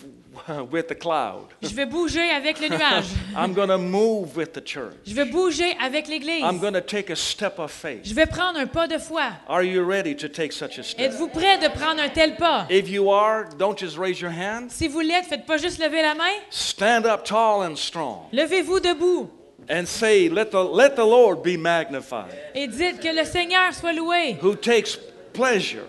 S2: with the cloud.
S3: Je vais bouger avec le nuage.
S2: I'm going to move with the church.
S3: Je vais bouger avec l'église.
S2: I'm going to take a step of faith.
S3: Je vais prendre un pas de foi.
S2: Are you ready to take such a step?
S3: Êtes-vous prêt de prendre un tel pas
S2: If you are, don't just raise your hand.
S3: Si vous l'êtes, faites pas juste lever la main.
S2: Stand up tall and strong
S3: Levez-vous debout
S2: and say, let the, let the Lord be magnified,
S3: et dites que le Seigneur soit loué,
S2: who takes pleasure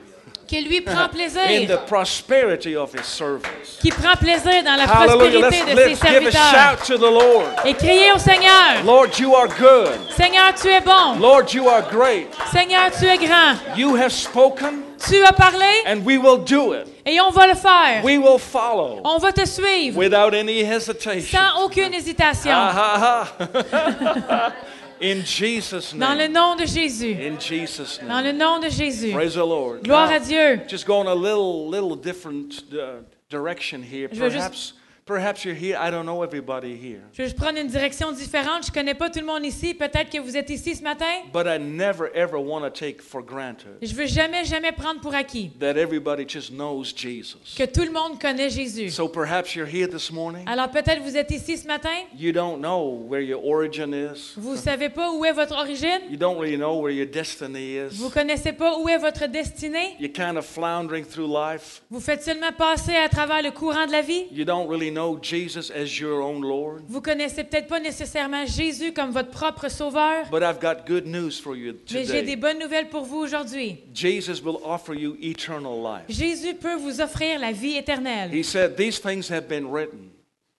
S3: que lui prend
S2: in the
S3: plaisir,
S2: prosperity of his servants.
S3: qui prend plaisir dans la
S2: Hallelujah. Let's,
S3: prospérité de ses
S2: let's give a
S3: serviteurs.
S2: shout to the Lord.
S3: Et criez au Seigneur.
S2: Lord, you are good.
S3: Seigneur, tu es bon.
S2: Lord, you are great.
S3: Seigneur, tu es grand.
S2: You have spoken,
S3: Tu as parlé
S2: and we will do it.
S3: et on va le faire.
S2: We will follow
S3: On va te suivre
S2: without any hesitation.
S3: sans aucune hésitation.
S2: Ah, ha, ha. in Jesus'
S3: Dans le
S2: name.
S3: nom de Jésus.
S2: In Jesus'
S3: Dans
S2: name.
S3: le nom de Jésus.
S2: Praise the Lord.
S3: Gloire
S2: Now,
S3: à Dieu.
S2: Just going a little, little different uh, direction here.
S3: Je veux juste-
S2: Perhaps, perhaps you're here. I don't know everybody here,
S3: Je vais juste prendre une direction différente. Je connais pas tout le monde ici. Peut-être que vous êtes ici ce matin.
S2: but I never ever want to take for granted
S3: Je veux jamais, jamais prendre pour acquis
S2: that everybody just knows Jesus.
S3: que Ah. tout le monde connaît Jésus.
S2: So perhaps you're here this morning.
S3: Alors peut-être vous êtes ici ce matin.
S2: You don't know where your origin is.
S3: Vous savez pas où est votre origine.
S2: You don't really know where your destiny is.
S3: Vous connaissez pas où est votre destinée.
S2: You're kind of floundering through life.
S3: Vous faites seulement passer à travers le courant de la vie.
S2: You don't really know Jesus as your own Lord.
S3: Vous connaissez peut-être pas nécessairement Jésus comme votre propre sauveur,
S2: But I've got good news for you
S3: mais j'ai des
S2: today.
S3: bonnes nouvelles pour vous aujourd'hui.
S2: Jesus will offer you eternal life.
S3: Jésus peut vous offrir la vie éternelle.
S2: He said, These things have been written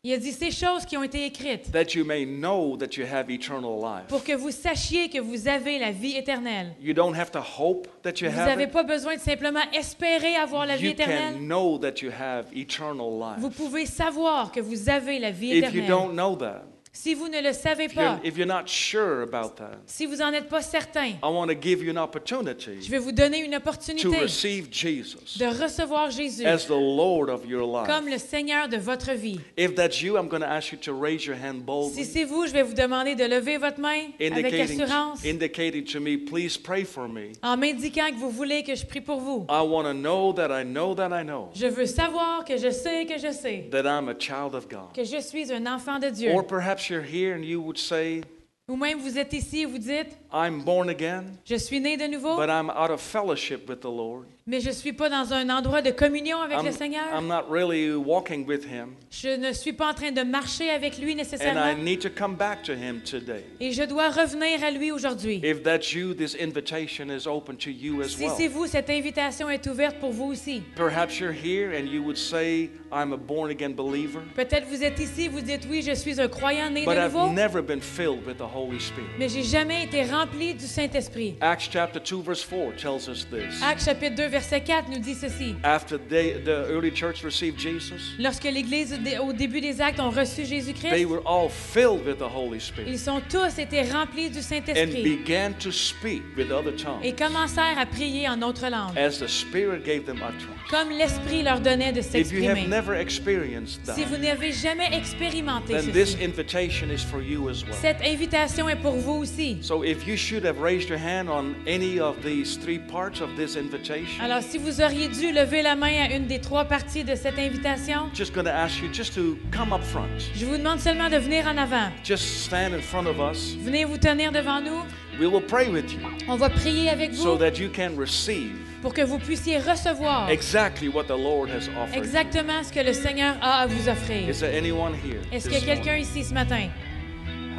S3: Il a dit ces choses qui ont été écrites
S2: that you may know that you have eternal life.
S3: pour que vous sachiez que vous avez la vie éternelle.
S2: You don't have to hope that you
S3: Vous
S2: have
S3: n'avez
S2: it.
S3: pas besoin de simplement espérer avoir la vie
S2: You
S3: éternelle.
S2: can know that you have eternal
S3: Vous
S2: life.
S3: pouvez savoir que vous avez la vie
S2: If you
S3: éternelle.
S2: don't know that,
S3: Si vous ne le savez
S2: if you're,
S3: pas,
S2: if you're not sure about that,
S3: si vous n'en êtes pas certain,
S2: I want to give you an
S3: je
S2: opportunity
S3: vais vous donner une
S2: to
S3: opportunité
S2: receive Jesus
S3: de recevoir Jésus
S2: as the Lord of your
S3: comme
S2: life.
S3: le Seigneur de votre vie.
S2: If that's you, I'm going to ask you to raise your hand
S3: Si
S2: boldly,
S3: c'est vous, je vais vous demander de lever votre main avec
S2: indicating,
S3: assurance
S2: indicating to me, please pray for me.
S3: en m'indiquant que vous voulez que je prie pour vous.
S2: I want to know that I know that I know
S3: Je veux savoir que je sais que je sais
S2: that I'm a child of God.
S3: que je suis un enfant de Dieu.
S2: Or perhaps you're here and you would say,
S3: Ou même vous êtes ici et vous dites,
S2: I'm born again,
S3: je suis né de nouveau,
S2: but I'm out of fellowship with the Lord.
S3: mais je ne suis pas dans un endroit de communion avec
S2: I'm,
S3: le Seigneur.
S2: I'm not really walking with Him,
S3: je ne suis pas en train de marcher avec lui
S2: and I
S3: nécessairement.
S2: need to come back to Him today.
S3: Et je dois revenir à lui aujourd'hui.
S2: If that's you, this invitation is open to you as
S3: Si
S2: well.
S3: c'est vous, cette invitation est ouverte pour vous aussi.
S2: Perhaps you're here and you would say, I'm a born again believer,
S3: Peut-être vous êtes ici, vous dites oui, je suis un croyant né
S2: but
S3: de
S2: I've
S3: nouveau,
S2: never been filled with the Holy Spirit.
S3: mais j'ai jamais été rempli du Saint-Esprit.
S2: Acts chapter 2, verse 4 tells us this.
S3: Actes chapitre 2, verset 4 nous dit ceci.
S2: After they, the early church received Jesus,
S3: Lorsque l'Église au dé- au début des actes ont reçu
S2: they
S3: Jésus-Christ,
S2: were all filled with the Holy Spirit
S3: ils sont tous été remplis du
S2: and
S3: Saint-Esprit
S2: began to speak with other tongues
S3: et commencèrent à prier en autre langue,
S2: as the Spirit gave them utterance.
S3: comme l'Esprit leur donnait de
S2: If you have
S3: s'exprimer.
S2: never experienced
S3: Si vous
S2: that,
S3: n'avez jamais expérimenté
S2: then this
S3: ceci,
S2: invitation is for you as well.
S3: cette invitation est pour vous aussi.
S2: So if you should have raised your hand on any of these three parts of this invitation,
S3: Alors, si vous auriez dû lever la main à une des trois parties de cette invitation,
S2: just going to ask you just to come up front.
S3: je vous demande seulement de venir en avant.
S2: Just stand in front of us.
S3: Venez vous tenir devant nous.
S2: We will pray with you
S3: On va prier avec
S2: so
S3: vous
S2: that you can receive
S3: pour que vous puissiez recevoir
S2: exactly what the Lord has offered. you.
S3: exactement ce que le Seigneur a à vous offrir.
S2: Is there anyone here?
S3: Est-ce qu'il y
S2: this
S3: a quelqu'un
S2: morning?
S3: ici ce matin?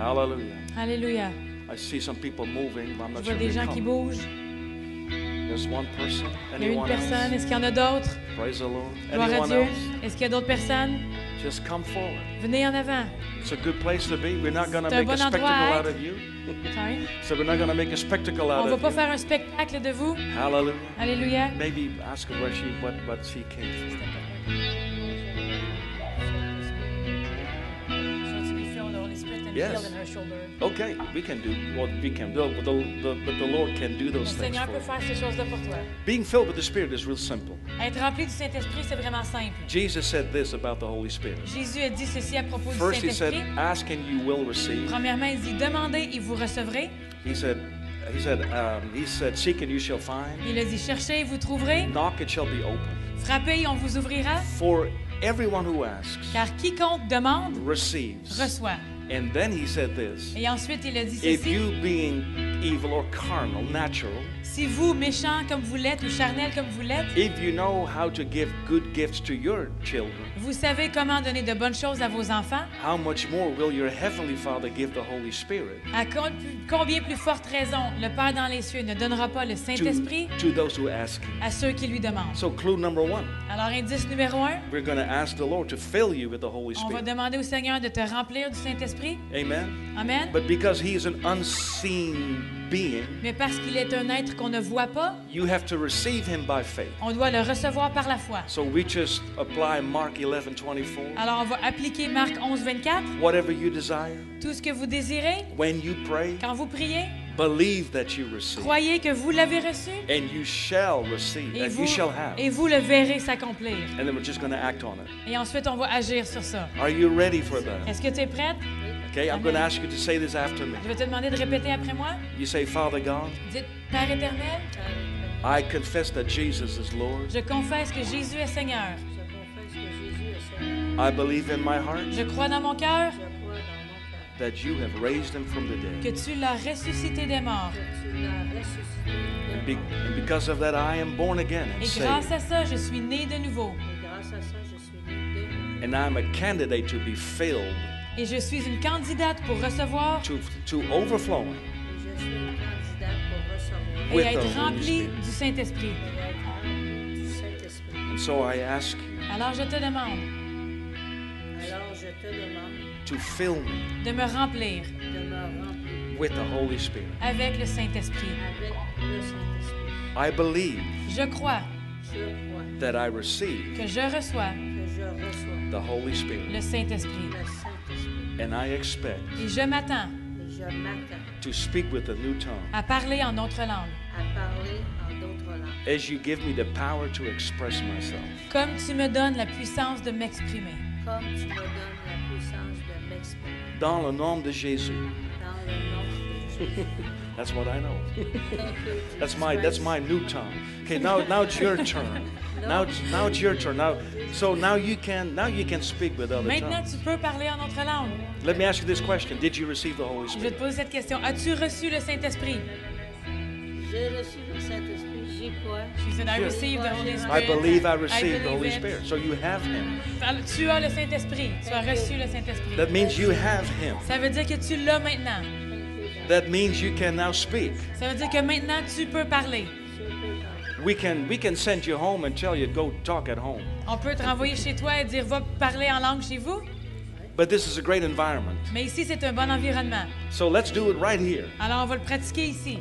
S2: Hallelujah.
S3: Alléluia.
S2: I see some people moving. but I'm
S3: Je
S2: not
S3: vois
S2: sure.
S3: des
S2: they
S3: gens
S2: come.
S3: qui bougent.
S2: There's one person.
S3: Il y a une
S2: Anyone
S3: personne.
S2: else?
S3: Est-ce qu'il y en a d'autres?
S2: Praise the Lord.
S3: Gloire à
S2: Anyone
S3: Dieu.
S2: else?
S3: Est-ce qu'il y a d'autres personnes?
S2: Just come forward.
S3: Venez en avant.
S2: It's a good place to be. We're not going to
S3: C'est un
S2: make
S3: bon
S2: a spectacle
S3: endroit à
S2: out
S3: être.
S2: of you.
S3: Sorry.
S2: So we're not going to make a spectacle
S3: On
S2: out
S3: va
S2: of
S3: pas
S2: you.
S3: faire un spectacle de vous.
S2: Hallelujah.
S3: Alléluia.
S2: Maybe ask her where she, what, what she came from. Yes. Okay, we can do what we can do, but the, the, but the Lord can do
S3: Le
S2: those things
S3: Seigneur
S2: for
S3: peut
S2: you.
S3: faire ces choses-là pour toi.
S2: Being filled with the Spirit is real simple.
S3: Être rempli du Saint-Esprit, c'est vraiment simple.
S2: Jesus said this about the Holy Spirit.
S3: Jésus a dit ceci à propos du
S2: First, he said,
S3: Saint-Esprit.
S2: ask and you will receive.
S3: Premièrement, il dit Demandez et vous recevrez.
S2: He said, he said, um, he said, seek and you shall find.
S3: Il a dit Cherchez et vous trouverez.
S2: Knock it shall be open.
S3: Frappez et on vous ouvrira.
S2: For everyone who asks
S3: Car quiconque demande,
S2: receives.
S3: reçoit.
S2: And then he said this.
S3: Et ensuite, il a dit
S2: If
S3: ceci
S2: you being evil or carnal, natural,
S3: Si vous, méchants comme vous l'êtes ou charnels comme vous l'êtes,
S2: if you know how to give good gifts to your children,
S3: vous savez comment donner de bonnes choses à vos enfants,
S2: how much more will your heavenly Father give the Holy Spirit
S3: à com- combien plus forte raison le Père dans les cieux ne donnera pas le
S2: to,
S3: Saint-Esprit
S2: to those who ask Him?
S3: à ceux qui lui demandent.
S2: So, clue number one,
S3: Alors, indice numéro un,
S2: we're going to ask the Lord to fill you with the Holy
S3: on va
S2: Spirit.
S3: demander au Seigneur de te remplir du Saint-Esprit.
S2: Amen.
S3: Amen.
S2: But because He is an unseen being,
S3: Mais parce qu'il est un être qu'on ne voit pas,
S2: you have to receive Him by faith.
S3: on doit le recevoir par la foi.
S2: So, we just apply Mark 11 24.
S3: Alors, on va appliquer Marc 11, 24.
S2: Whatever you desire,
S3: Tout ce que vous désirez,
S2: when you pray,
S3: quand vous priez,
S2: believe that you receive.
S3: croyez que vous l'avez reçu
S2: and you shall receive,
S3: et
S2: and
S3: vous,
S2: you shall have.
S3: et vous le verrez s'accomplir.
S2: And then we're just going to act on it.
S3: Et ensuite, on va agir sur ça.
S2: Are you ready for that?
S3: Est-ce que tu es prête?
S2: Okay, I'm going to ask you to say this after me.
S3: Je vais te demander de répéter après moi.
S2: You say, Father God,
S3: Dites, Père éternel,
S2: I confess that Jesus is Lord.
S3: je confesse que Jésus est Seigneur.
S4: Je confesse que Jésus est Seigneur.
S2: I believe in my heart
S3: Je crois dans mon cœur
S4: Je crois dans mon cœur
S2: that you have raised him from the dead.
S3: que tu l'as ressuscité des morts.
S4: que tu l'as ressuscité. de
S2: Be-
S4: mort.
S2: and because of that, I am born again and
S3: Et grâce
S2: saved.
S3: à ça, je suis né de nouveau.
S4: Et grâce à ça, je suis né de
S2: And
S4: nouveau.
S2: I'm a candidate to be filled
S3: Et je suis une candidate pour recevoir
S2: to, to overflowing
S4: Et je suis un candidat pour recevoir
S3: et
S2: with the
S3: être
S2: Holy
S3: remplie
S2: Spirit.
S3: du Saint-Esprit.
S4: et être rempli du Saint-Esprit.
S2: And so I ask you
S3: Alors je te demande
S4: Alors, je te demande
S2: to fill me
S3: de me remplir
S4: de me remplir
S2: with the Holy Spirit.
S3: avec le Saint-Esprit.
S4: avec le Saint-Esprit.
S2: I believe
S3: Je crois
S4: Je crois
S2: that I receive
S3: que je reçois
S4: que je reçois
S2: the Holy Spirit.
S3: le Saint-Esprit.
S4: le Saint-Esprit
S2: And I expect
S3: Et je m'attends
S4: et je m'attends
S2: to speak with a new tongue
S3: à parler en autre langue.
S4: à parler en d'autres langues.
S2: as you give me the power to express myself.
S3: Comme tu me donnes la puissance de m'exprimer.
S4: Comme tu me donnes la puissance de m'exprimer
S2: Dans le nom de Jésus.
S4: dans le nom de Jésus.
S2: That's what I know.
S4: Thank you,
S2: That's
S4: Jesus
S2: my that's
S4: Christ.
S2: my new tongue. Okay, now now it's your turn. Now it's- now it's your turn. Now so now you can now you can speak with other
S3: Maintenant,
S2: tongues.
S3: tu peux parler en autre langue.
S2: Let me ask you this question. Did you receive the Holy
S3: Je vais te
S2: Spirit?
S3: poser cette question. As-tu reçu le Saint-Esprit?
S4: J'ai reçu le Saint-Esprit, j'y crois.
S3: She said, I
S2: Sure.
S3: received the Holy Spirit.
S2: I believe I
S3: I
S2: received the Holy
S3: believe it.
S2: Spirit. So you have him.
S3: Alors, Tu as le Saint-Esprit. Tu as reçu le Saint-Esprit.
S2: That means you have him.
S3: Ça veut dire que tu l'as maintenant.
S2: That means you can now speak.
S3: Ça veut dire que maintenant, tu peux parler.
S2: We can we can send you home and tell you go talk at home.
S3: On peut te renvoyer chez toi et dire, va parler en langue chez vous.
S2: But this is a great environment.
S3: Mais ici, c'est un bon environnement.
S2: So let's do it right here.
S3: Alors, on va le pratiquer ici.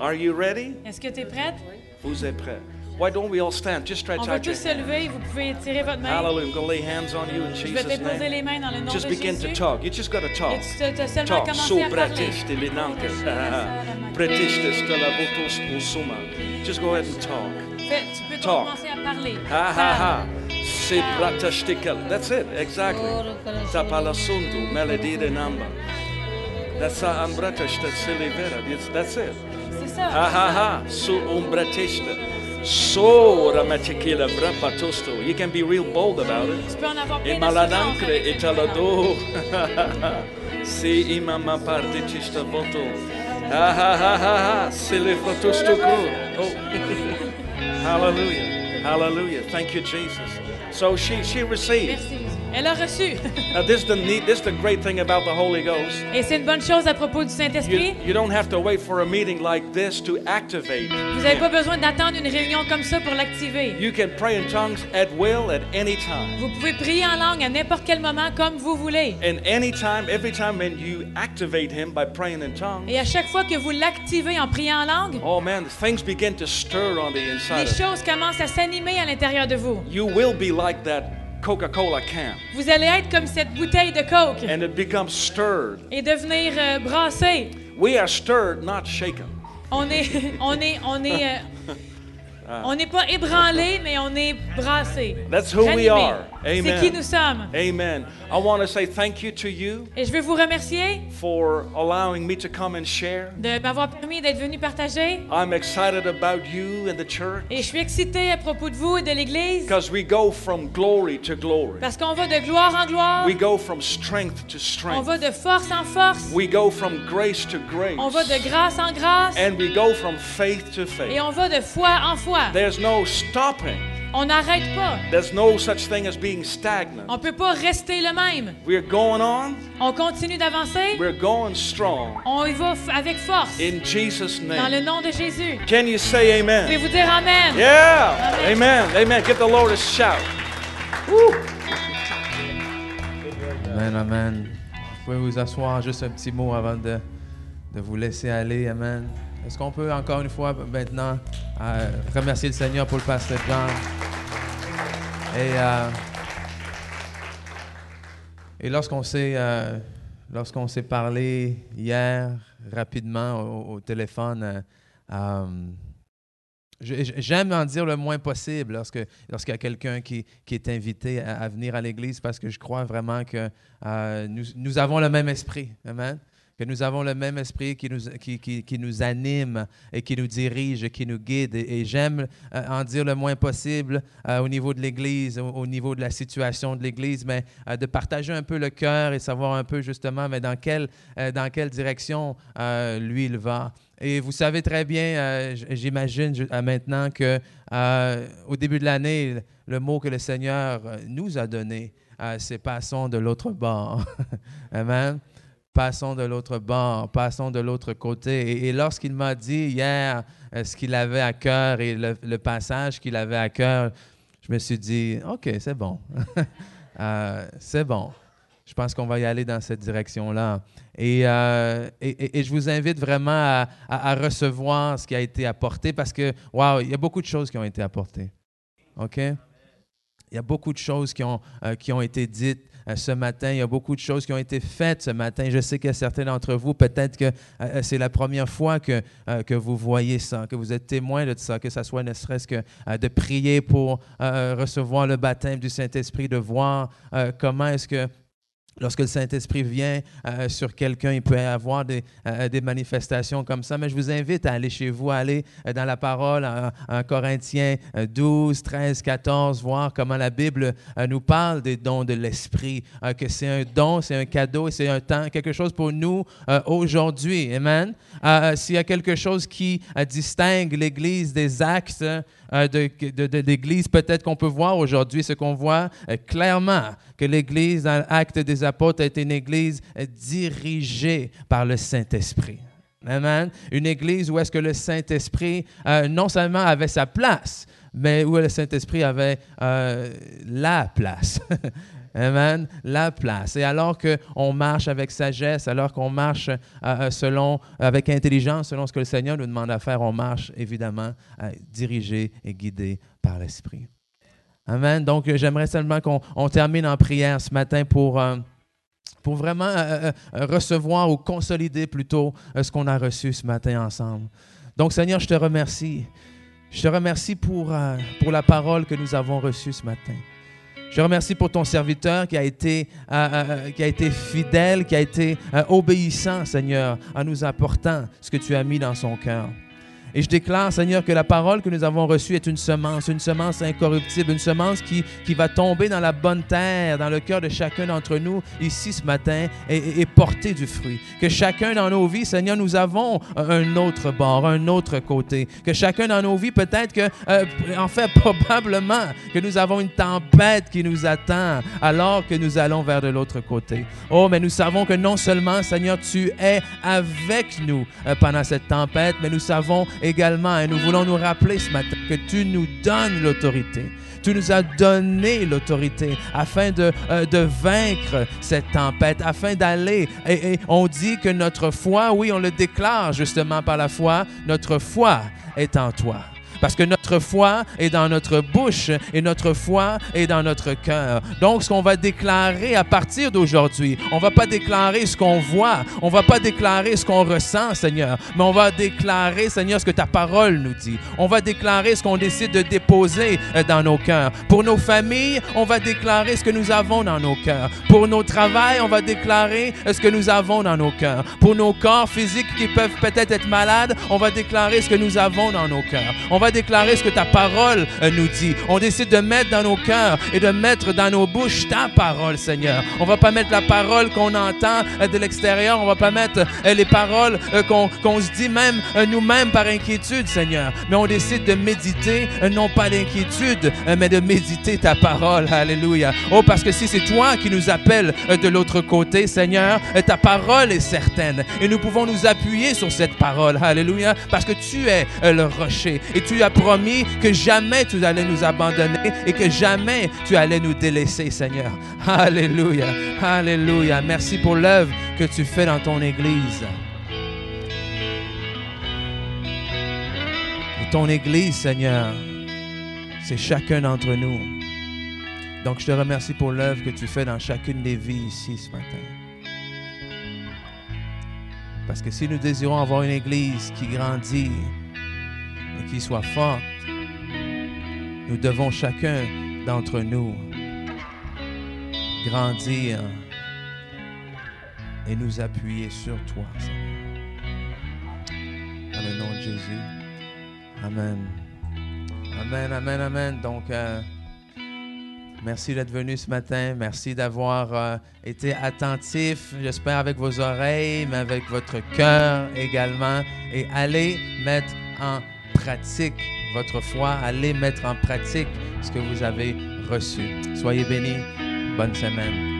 S2: Are you ready?
S3: Est-ce que tu es prête?
S2: Vous êtes prêts? Why don't we all stand? Just stretch
S3: On va
S2: out
S3: tous
S2: your
S3: se
S2: hand.
S3: lever. Vous pouvez tirer votre main.
S2: Hallelujah. I'm going to lay hands on you in
S3: Je vais
S2: Jesus'
S3: déposer les
S2: name.
S3: mains dans le nom
S2: Just
S3: de
S2: begin to
S3: Jésus.
S2: talk. You just got to
S3: Et
S2: talk.
S3: tu as, seulement
S2: Talk.
S3: commencé à parler.
S2: Sobratiste linanke. Pretiste stalavutus pulsuma. Just go ahead and talk.
S3: Fais- tu peux
S2: Talk.
S3: commencer à parler.
S2: Ha ha ha. Sebratashtikal. That's it. Exactly. Zapalasundu. Melody de namba. That's a ambratashta silivera. It's- That's it.
S3: C'est ça.
S2: Ha ha ha. Su umbratista. So ramatikila brapatosto. You can be real bold about it.
S3: Tu peux en avoir plein
S2: E
S3: de
S2: maladancre
S3: souffrances
S2: et
S3: avec
S2: talado. Si imama parte chista voto. Ha ha ha ha ha. Si le votos to grow. Oh. Hallelujah. Hallelujah. Thank you, Jesus. So she, she received.
S3: Merci. Elle a reçu.
S2: Now, this is the neat, this is the great thing about the Holy Ghost.
S3: Et c'est une bonne chose à propos du
S2: You,
S3: Saint-Esprit.
S2: you don't have to wait for a meeting like this to activate.
S3: Vous n'avez pas
S2: him.
S3: besoin d'attendre une réunion comme ça pour l'activer.
S2: You can pray in tongues at will at any time.
S3: Vous pouvez prier en langue à n'importe quel moment comme vous voulez.
S2: And any time, every time when you activate him by praying in tongues,
S3: Et à chaque fois que vous l'activez en priant en langue,
S2: Oh man, things begin to stir on the
S3: les
S2: inside. Of you.
S3: choses commencent à s'animer à l'intérieur de vous.
S2: you will be like that Coca-Cola can,
S3: Vous allez être comme cette bouteille de Coke
S2: and it becomes stirred.
S3: et devenir euh, brassé.
S2: We are stirred, not shaken.
S3: On est, on est, on est, euh, on n'est pas ébranlé, mais on est brassé.
S2: Ah. That's who we
S3: Ranimé.
S2: are.
S3: C'est
S2: Amen.
S3: qui nous sommes.
S2: Amen. I want to say thank you to you
S3: Et je veux vous remercier
S2: for allowing me to come and share.
S3: de m'avoir permis d'être venu partager.
S2: I'm excited about you and the church
S3: Et je suis excitée à propos de vous et de l'Église
S2: because we go from glory to glory.
S3: parce qu'on va de gloire en gloire,
S2: We go from strength to
S3: on
S2: strength.
S3: va de force en force,
S2: We go from grace to grace.
S3: on va de grâce en grâce
S2: And we go from faith to
S3: et
S2: faith.
S3: on va de foi en foi.
S2: There's no stopping.
S3: On n'arrête pas.
S2: There's no such thing as being stagnant.
S3: On peut pas rester le même.
S2: We're going on,
S3: On continue d'avancer.
S2: we're going strong.
S3: On y va f- avec force
S2: In Jesus'
S3: dans le
S2: name.
S3: nom de Jésus.
S2: Can you say
S3: Je vais
S2: amen?
S3: vous dire amen.
S2: Yeah!
S3: Amen.
S2: Amen. Amen. Give the Lord a shout.
S5: Amen, amen. Vous pouvez vous asseoir juste un petit mot avant de, de vous laisser aller. Amen. Est-ce qu'on peut encore une fois maintenant euh, remercier le Seigneur pour le pasteur Jean? Et, euh, et lorsqu'on s'est euh, lorsqu'on s'est parlé hier rapidement au, au téléphone, euh, euh, je- je- J'aime en dire le moins possible lorsque lorsqu'il y a quelqu'un qui, qui est invité à, à venir à l'Église parce que je crois vraiment que euh, nous, nous avons le même esprit. Amen. Que nous avons le même esprit qui nous, qui, qui- qui nous anime et qui nous dirige et qui nous guide. Et, et j'aime euh, en dire le moins possible euh, au niveau de l'Église, au, au niveau de la situation de l'Église, mais euh, de partager un peu le cœur et savoir un peu justement mais dans, quelle, euh, dans quelle direction euh, lui il va. Et vous savez très bien, euh, j- j'imagine ju- à maintenant que euh, au début de l'année, le- le mot que le Seigneur euh, nous a donné, euh, c'est passons de l'autre bord. Amen. Passons de l'autre bord, passons de l'autre côté. Et, et lorsqu'il m'a dit hier euh, ce qu'il avait à cœur et le, le passage qu'il avait à cœur, je me suis dit, OK, c'est bon. Euh, c'est bon. Je pense qu'on va y aller dans cette direction-là. Et, euh, et- et- et je vous invite vraiment à, à- à recevoir ce qui a été apporté parce que, wow, il y a beaucoup de choses qui ont été apportées. OK? Il y a beaucoup de choses qui ont, euh, qui ont été dites euh, ce matin. Il y a beaucoup de choses qui ont été faites ce matin. Je sais que certains d'entre vous, peut-être que euh, euh, c'est la première fois que, euh, que vous voyez ça, que vous êtes témoin de ça, que ce soit ne serait-ce que euh, de prier pour euh, recevoir le baptême du Saint-Esprit, de voir euh, comment est-ce que Lorsque le Saint-Esprit vient euh, sur quelqu'un, il peut avoir des, euh, des manifestations comme ça. Mais je vous invite à aller chez vous, à aller euh, dans la parole en, en Corinthiens euh, 12, 13, 14, voir comment la Bible euh, nous parle des dons de l'Esprit, euh, que c'est un don, c'est un cadeau, et c'est un temps, quelque chose pour nous euh, aujourd'hui. Amen. Euh, euh, S'il y a quelque chose qui euh, distingue l'Église des actes euh, de, de- de l'Église, peut-être qu'on peut voir aujourd'hui ce qu'on voit euh, clairement, que l'Église dans l'acte des apôtres a été une Église euh, dirigée par le Saint-Esprit. Amen. Une Église où est-ce que le Saint-Esprit euh, non seulement avait sa place, mais où le Saint-Esprit avait euh, la place. Amen. La place. Et alors qu'on marche avec sagesse, alors qu'on marche euh, euh, selon, avec intelligence, selon ce que le Seigneur nous demande à faire, on marche évidemment euh, dirigé et guidé par l'Esprit. Amen. Donc, euh, j'aimerais seulement qu'on on termine en prière ce matin pour, euh, pour vraiment euh, euh, recevoir ou consolider plutôt euh, ce qu'on a reçu ce matin ensemble. Donc, Seigneur, je te remercie. Je te remercie pour, euh, pour la parole que nous avons reçue ce matin. Je te remercie pour ton serviteur qui a été, euh, euh, qui a été fidèle, qui a été euh, obéissant, Seigneur, en nous apportant ce que tu as mis dans son cœur. Et je déclare, Seigneur, que la parole que nous avons reçue est une semence, une semence incorruptible, une semence qui, qui va tomber dans la bonne terre, dans le cœur de chacun d'entre nous ici ce matin et, et- et porter du fruit. Que chacun dans nos vies, Seigneur, nous avons un autre bord, un autre côté. Que chacun dans nos vies, peut-être que, euh, en fait, probablement que nous avons une tempête qui nous attend alors que nous allons vers de l'autre côté. Oh, mais nous savons que non seulement, Seigneur, tu es avec nous euh, pendant cette tempête, mais nous savons également, et nous voulons nous rappeler ce matin, que tu nous donnes l'autorité. Tu nous as donné l'autorité afin de, euh, de vaincre cette tempête, afin d'aller. Et, et on dit que notre foi, oui, on le déclare justement par la foi, notre foi est en toi. Parce que notre foi est dans notre bouche et notre foi est dans notre cœur. Donc, ce qu'on va déclarer à partir d'aujourd'hui, on va pas déclarer ce qu'on voit, on va pas déclarer ce qu'on ressent, Seigneur, mais on va déclarer, Seigneur, ce que ta parole nous dit. On va déclarer ce qu'on décide de déposer euh, dans nos cœurs. Pour nos familles, on va déclarer ce que nous avons dans nos cœurs. Pour nos travail, on va déclarer euh, ce que nous avons dans nos cœurs. Pour nos corps physiques qui peuvent peut-être être malades, on va déclarer ce que nous avons dans nos cœurs. On va déclarer ce que ta parole euh, nous dit. On décide de mettre dans nos cœurs et de mettre dans nos bouches ta parole, Seigneur. On va pas mettre la parole qu'on entend euh, de l'extérieur. On va pas mettre euh, les paroles euh, qu'on qu'on se dit même euh, nous-mêmes par inquiétude, Seigneur. Mais on décide de méditer, euh, non pas l'inquiétude, euh, mais de méditer ta parole. Alléluia. Oh, parce que si c'est toi qui nous appelles euh, de l'autre côté, Seigneur, euh, ta parole est certaine. Et nous pouvons nous appuyer sur cette parole. Alléluia. Parce que tu es euh, le rocher. Et tu as promis que jamais tu allais nous abandonner et que jamais tu allais nous délaisser, Seigneur. Alléluia. Alléluia. Merci pour l'œuvre que tu fais dans ton Église. Et ton Église, Seigneur, c'est chacun d'entre nous. Donc, je te remercie pour l'œuvre que tu fais dans chacune des vies ici ce matin. Parce que si nous désirons avoir une Église qui grandit et qui soit forte, nous devons chacun d'entre nous grandir et nous appuyer sur toi, Seigneur. Dans le nom de Jésus. Amen. Amen, amen, amen. Donc, euh, merci d'être venu ce matin. Merci d'avoir euh, été attentif, j'espère, avec vos oreilles, mais avec votre cœur également. Et allez mettre en pratique votre foi. Allez mettre en pratique ce que vous avez reçu. Soyez bénis. Bonne semaine.